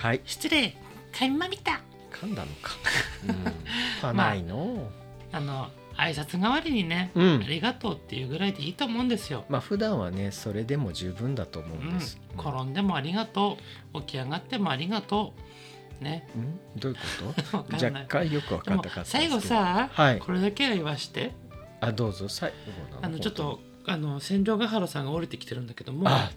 Speaker 2: はい、
Speaker 1: 失礼かいまみた
Speaker 2: 噛んだの
Speaker 1: <laughs>
Speaker 2: か。うん、パないの。
Speaker 1: あの挨拶代わりにね、
Speaker 2: う
Speaker 1: あ
Speaker 2: ん。
Speaker 1: りがとうっていうぐらいでいいと思うんですよ、
Speaker 2: まあ普段はねそれでも十分だと思う
Speaker 1: うんん
Speaker 2: です。、
Speaker 1: 転んでもありがとう起き上がってもありがとうね
Speaker 2: うん、うんどういうこ
Speaker 1: わ
Speaker 2: と？
Speaker 1: かんない
Speaker 2: 若干よくわ
Speaker 1: で
Speaker 2: かんな
Speaker 1: も
Speaker 2: かったんですけ
Speaker 1: 最
Speaker 2: ど
Speaker 1: 後、さ、
Speaker 2: はい
Speaker 1: これだけは言わして
Speaker 2: あどうぞ最後
Speaker 1: あ
Speaker 2: なの。
Speaker 1: のちょっとあの千両ヶ原さんが降りてきてるんだけども、
Speaker 2: あ、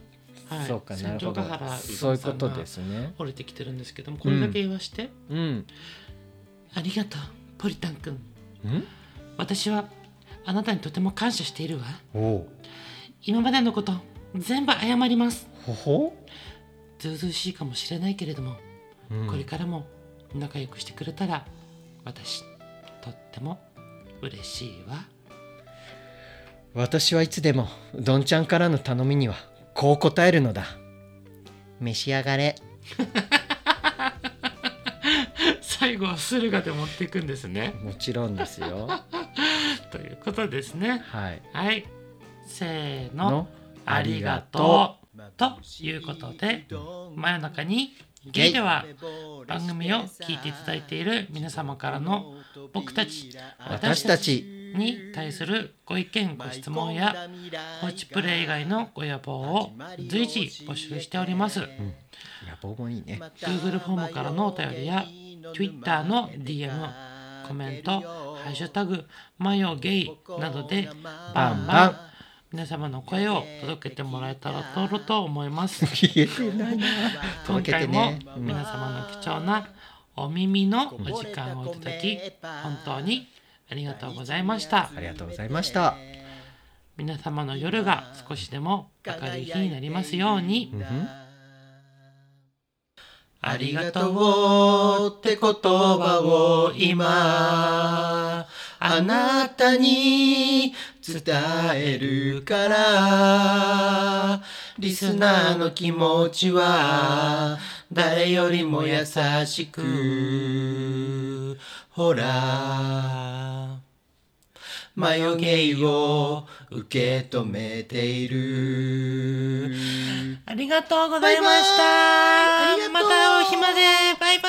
Speaker 1: はい
Speaker 2: そうかな
Speaker 1: 千
Speaker 2: るほ
Speaker 1: 両ヶ原
Speaker 2: ど。そういうこと
Speaker 1: さんが
Speaker 2: ですね。
Speaker 1: 降りてきてるんですけどもこれだけ言わして、
Speaker 2: うん。
Speaker 1: ありがとうポリタン君
Speaker 2: うん？
Speaker 1: 私はあなたにとても感謝しているわ
Speaker 2: おお。
Speaker 1: 今までのこと全部謝ります
Speaker 2: ほほ？
Speaker 1: ずうずうしいかもしれないけれども
Speaker 2: うん
Speaker 1: これからも仲良くしてくれたら私とっても嬉しいわ
Speaker 2: 私はいつでもうどんちゃんからの頼みにはこう答えるのだ。召し上がれ。
Speaker 1: 最後は駿河で持っていくんですね
Speaker 2: もちろんです <laughs> よ。
Speaker 1: ということですね
Speaker 2: はい。
Speaker 1: はいせーの
Speaker 2: の
Speaker 1: ありがとうと
Speaker 3: と
Speaker 1: い
Speaker 3: いうう
Speaker 1: こ
Speaker 3: ことと
Speaker 1: で
Speaker 3: で
Speaker 1: 真
Speaker 3: 真
Speaker 1: 夜
Speaker 3: 夜
Speaker 1: 中
Speaker 3: 中に
Speaker 1: にゲ
Speaker 2: ゲ
Speaker 1: イ
Speaker 2: イ
Speaker 1: で
Speaker 2: で
Speaker 1: は
Speaker 3: は
Speaker 1: 番
Speaker 3: 番
Speaker 1: 組
Speaker 3: 組
Speaker 1: を
Speaker 3: を
Speaker 1: 聞
Speaker 3: 聞
Speaker 1: い
Speaker 3: い
Speaker 1: て
Speaker 3: て
Speaker 1: い
Speaker 3: い
Speaker 1: ただ
Speaker 3: ただ
Speaker 1: い
Speaker 3: い
Speaker 1: て
Speaker 3: て
Speaker 1: い
Speaker 3: い
Speaker 1: る
Speaker 3: る
Speaker 1: 皆
Speaker 3: 皆
Speaker 1: 様
Speaker 3: 様
Speaker 1: か
Speaker 3: からら
Speaker 1: の
Speaker 3: の
Speaker 1: 僕
Speaker 3: 僕
Speaker 1: た
Speaker 3: た
Speaker 1: ち
Speaker 3: ち
Speaker 1: 私
Speaker 3: 私
Speaker 1: た
Speaker 3: た
Speaker 1: ち
Speaker 3: ち
Speaker 1: に
Speaker 3: に
Speaker 1: 対
Speaker 3: 対
Speaker 1: す
Speaker 3: する
Speaker 1: るご意見ご
Speaker 3: ご
Speaker 1: 質
Speaker 3: 質
Speaker 1: 問
Speaker 3: 問
Speaker 1: や
Speaker 3: や
Speaker 1: 放
Speaker 3: 放
Speaker 1: 置
Speaker 3: 置
Speaker 1: プ
Speaker 3: プ
Speaker 1: レ
Speaker 3: レ
Speaker 1: イ
Speaker 3: イ
Speaker 1: 以
Speaker 3: 以
Speaker 1: 外
Speaker 3: 外
Speaker 1: の
Speaker 3: の
Speaker 1: ご野望を
Speaker 3: を
Speaker 1: 随
Speaker 3: 随
Speaker 1: 時
Speaker 3: 時
Speaker 1: 募
Speaker 3: 募
Speaker 1: 集
Speaker 3: 集
Speaker 1: し
Speaker 3: してて
Speaker 1: お
Speaker 3: お
Speaker 1: り
Speaker 3: り
Speaker 1: ま
Speaker 3: ますす。
Speaker 2: Google フォーム
Speaker 1: ら
Speaker 3: Google フォームからのお便りや Twitter の DM、
Speaker 1: コ
Speaker 3: コ
Speaker 1: メ
Speaker 3: メ
Speaker 1: ン
Speaker 3: ン
Speaker 1: ト
Speaker 3: ト、
Speaker 1: 「ハッ
Speaker 3: ハッ
Speaker 1: シ
Speaker 3: シ
Speaker 1: ュ
Speaker 3: ュタ
Speaker 1: タグマヨゲイ」
Speaker 3: グ
Speaker 1: な
Speaker 3: な
Speaker 1: ど
Speaker 3: ど
Speaker 1: で
Speaker 3: で
Speaker 1: バ
Speaker 3: バ
Speaker 1: ン
Speaker 3: ン
Speaker 1: バ
Speaker 3: バ
Speaker 1: ン
Speaker 3: ン
Speaker 1: 皆様の声を届けてもらえたらと
Speaker 3: <laughs>
Speaker 1: ろと思います
Speaker 2: 言えてないな。
Speaker 1: 今回も
Speaker 2: 届けてねうん
Speaker 1: 皆様の貴重なお耳の
Speaker 3: お
Speaker 1: お
Speaker 3: 時
Speaker 1: 時
Speaker 3: 間
Speaker 1: 間
Speaker 3: を
Speaker 1: を
Speaker 3: い
Speaker 1: い
Speaker 3: た
Speaker 1: た
Speaker 3: だ
Speaker 1: だ
Speaker 3: き
Speaker 1: き
Speaker 3: 本
Speaker 1: 本
Speaker 3: 当
Speaker 1: 当
Speaker 3: に
Speaker 1: にありがとうございました
Speaker 3: ありがとうございました
Speaker 1: 皆様の夜が少しでも明るい日になりますように
Speaker 2: うんうん
Speaker 3: ありがとうって言葉を今あなたに伝えるからリスナーの気持ちは誰よりも優しくほら眉毛を受け止めている
Speaker 1: ありがとうございました
Speaker 3: バイバイありがとう
Speaker 1: またお暇でバイバイ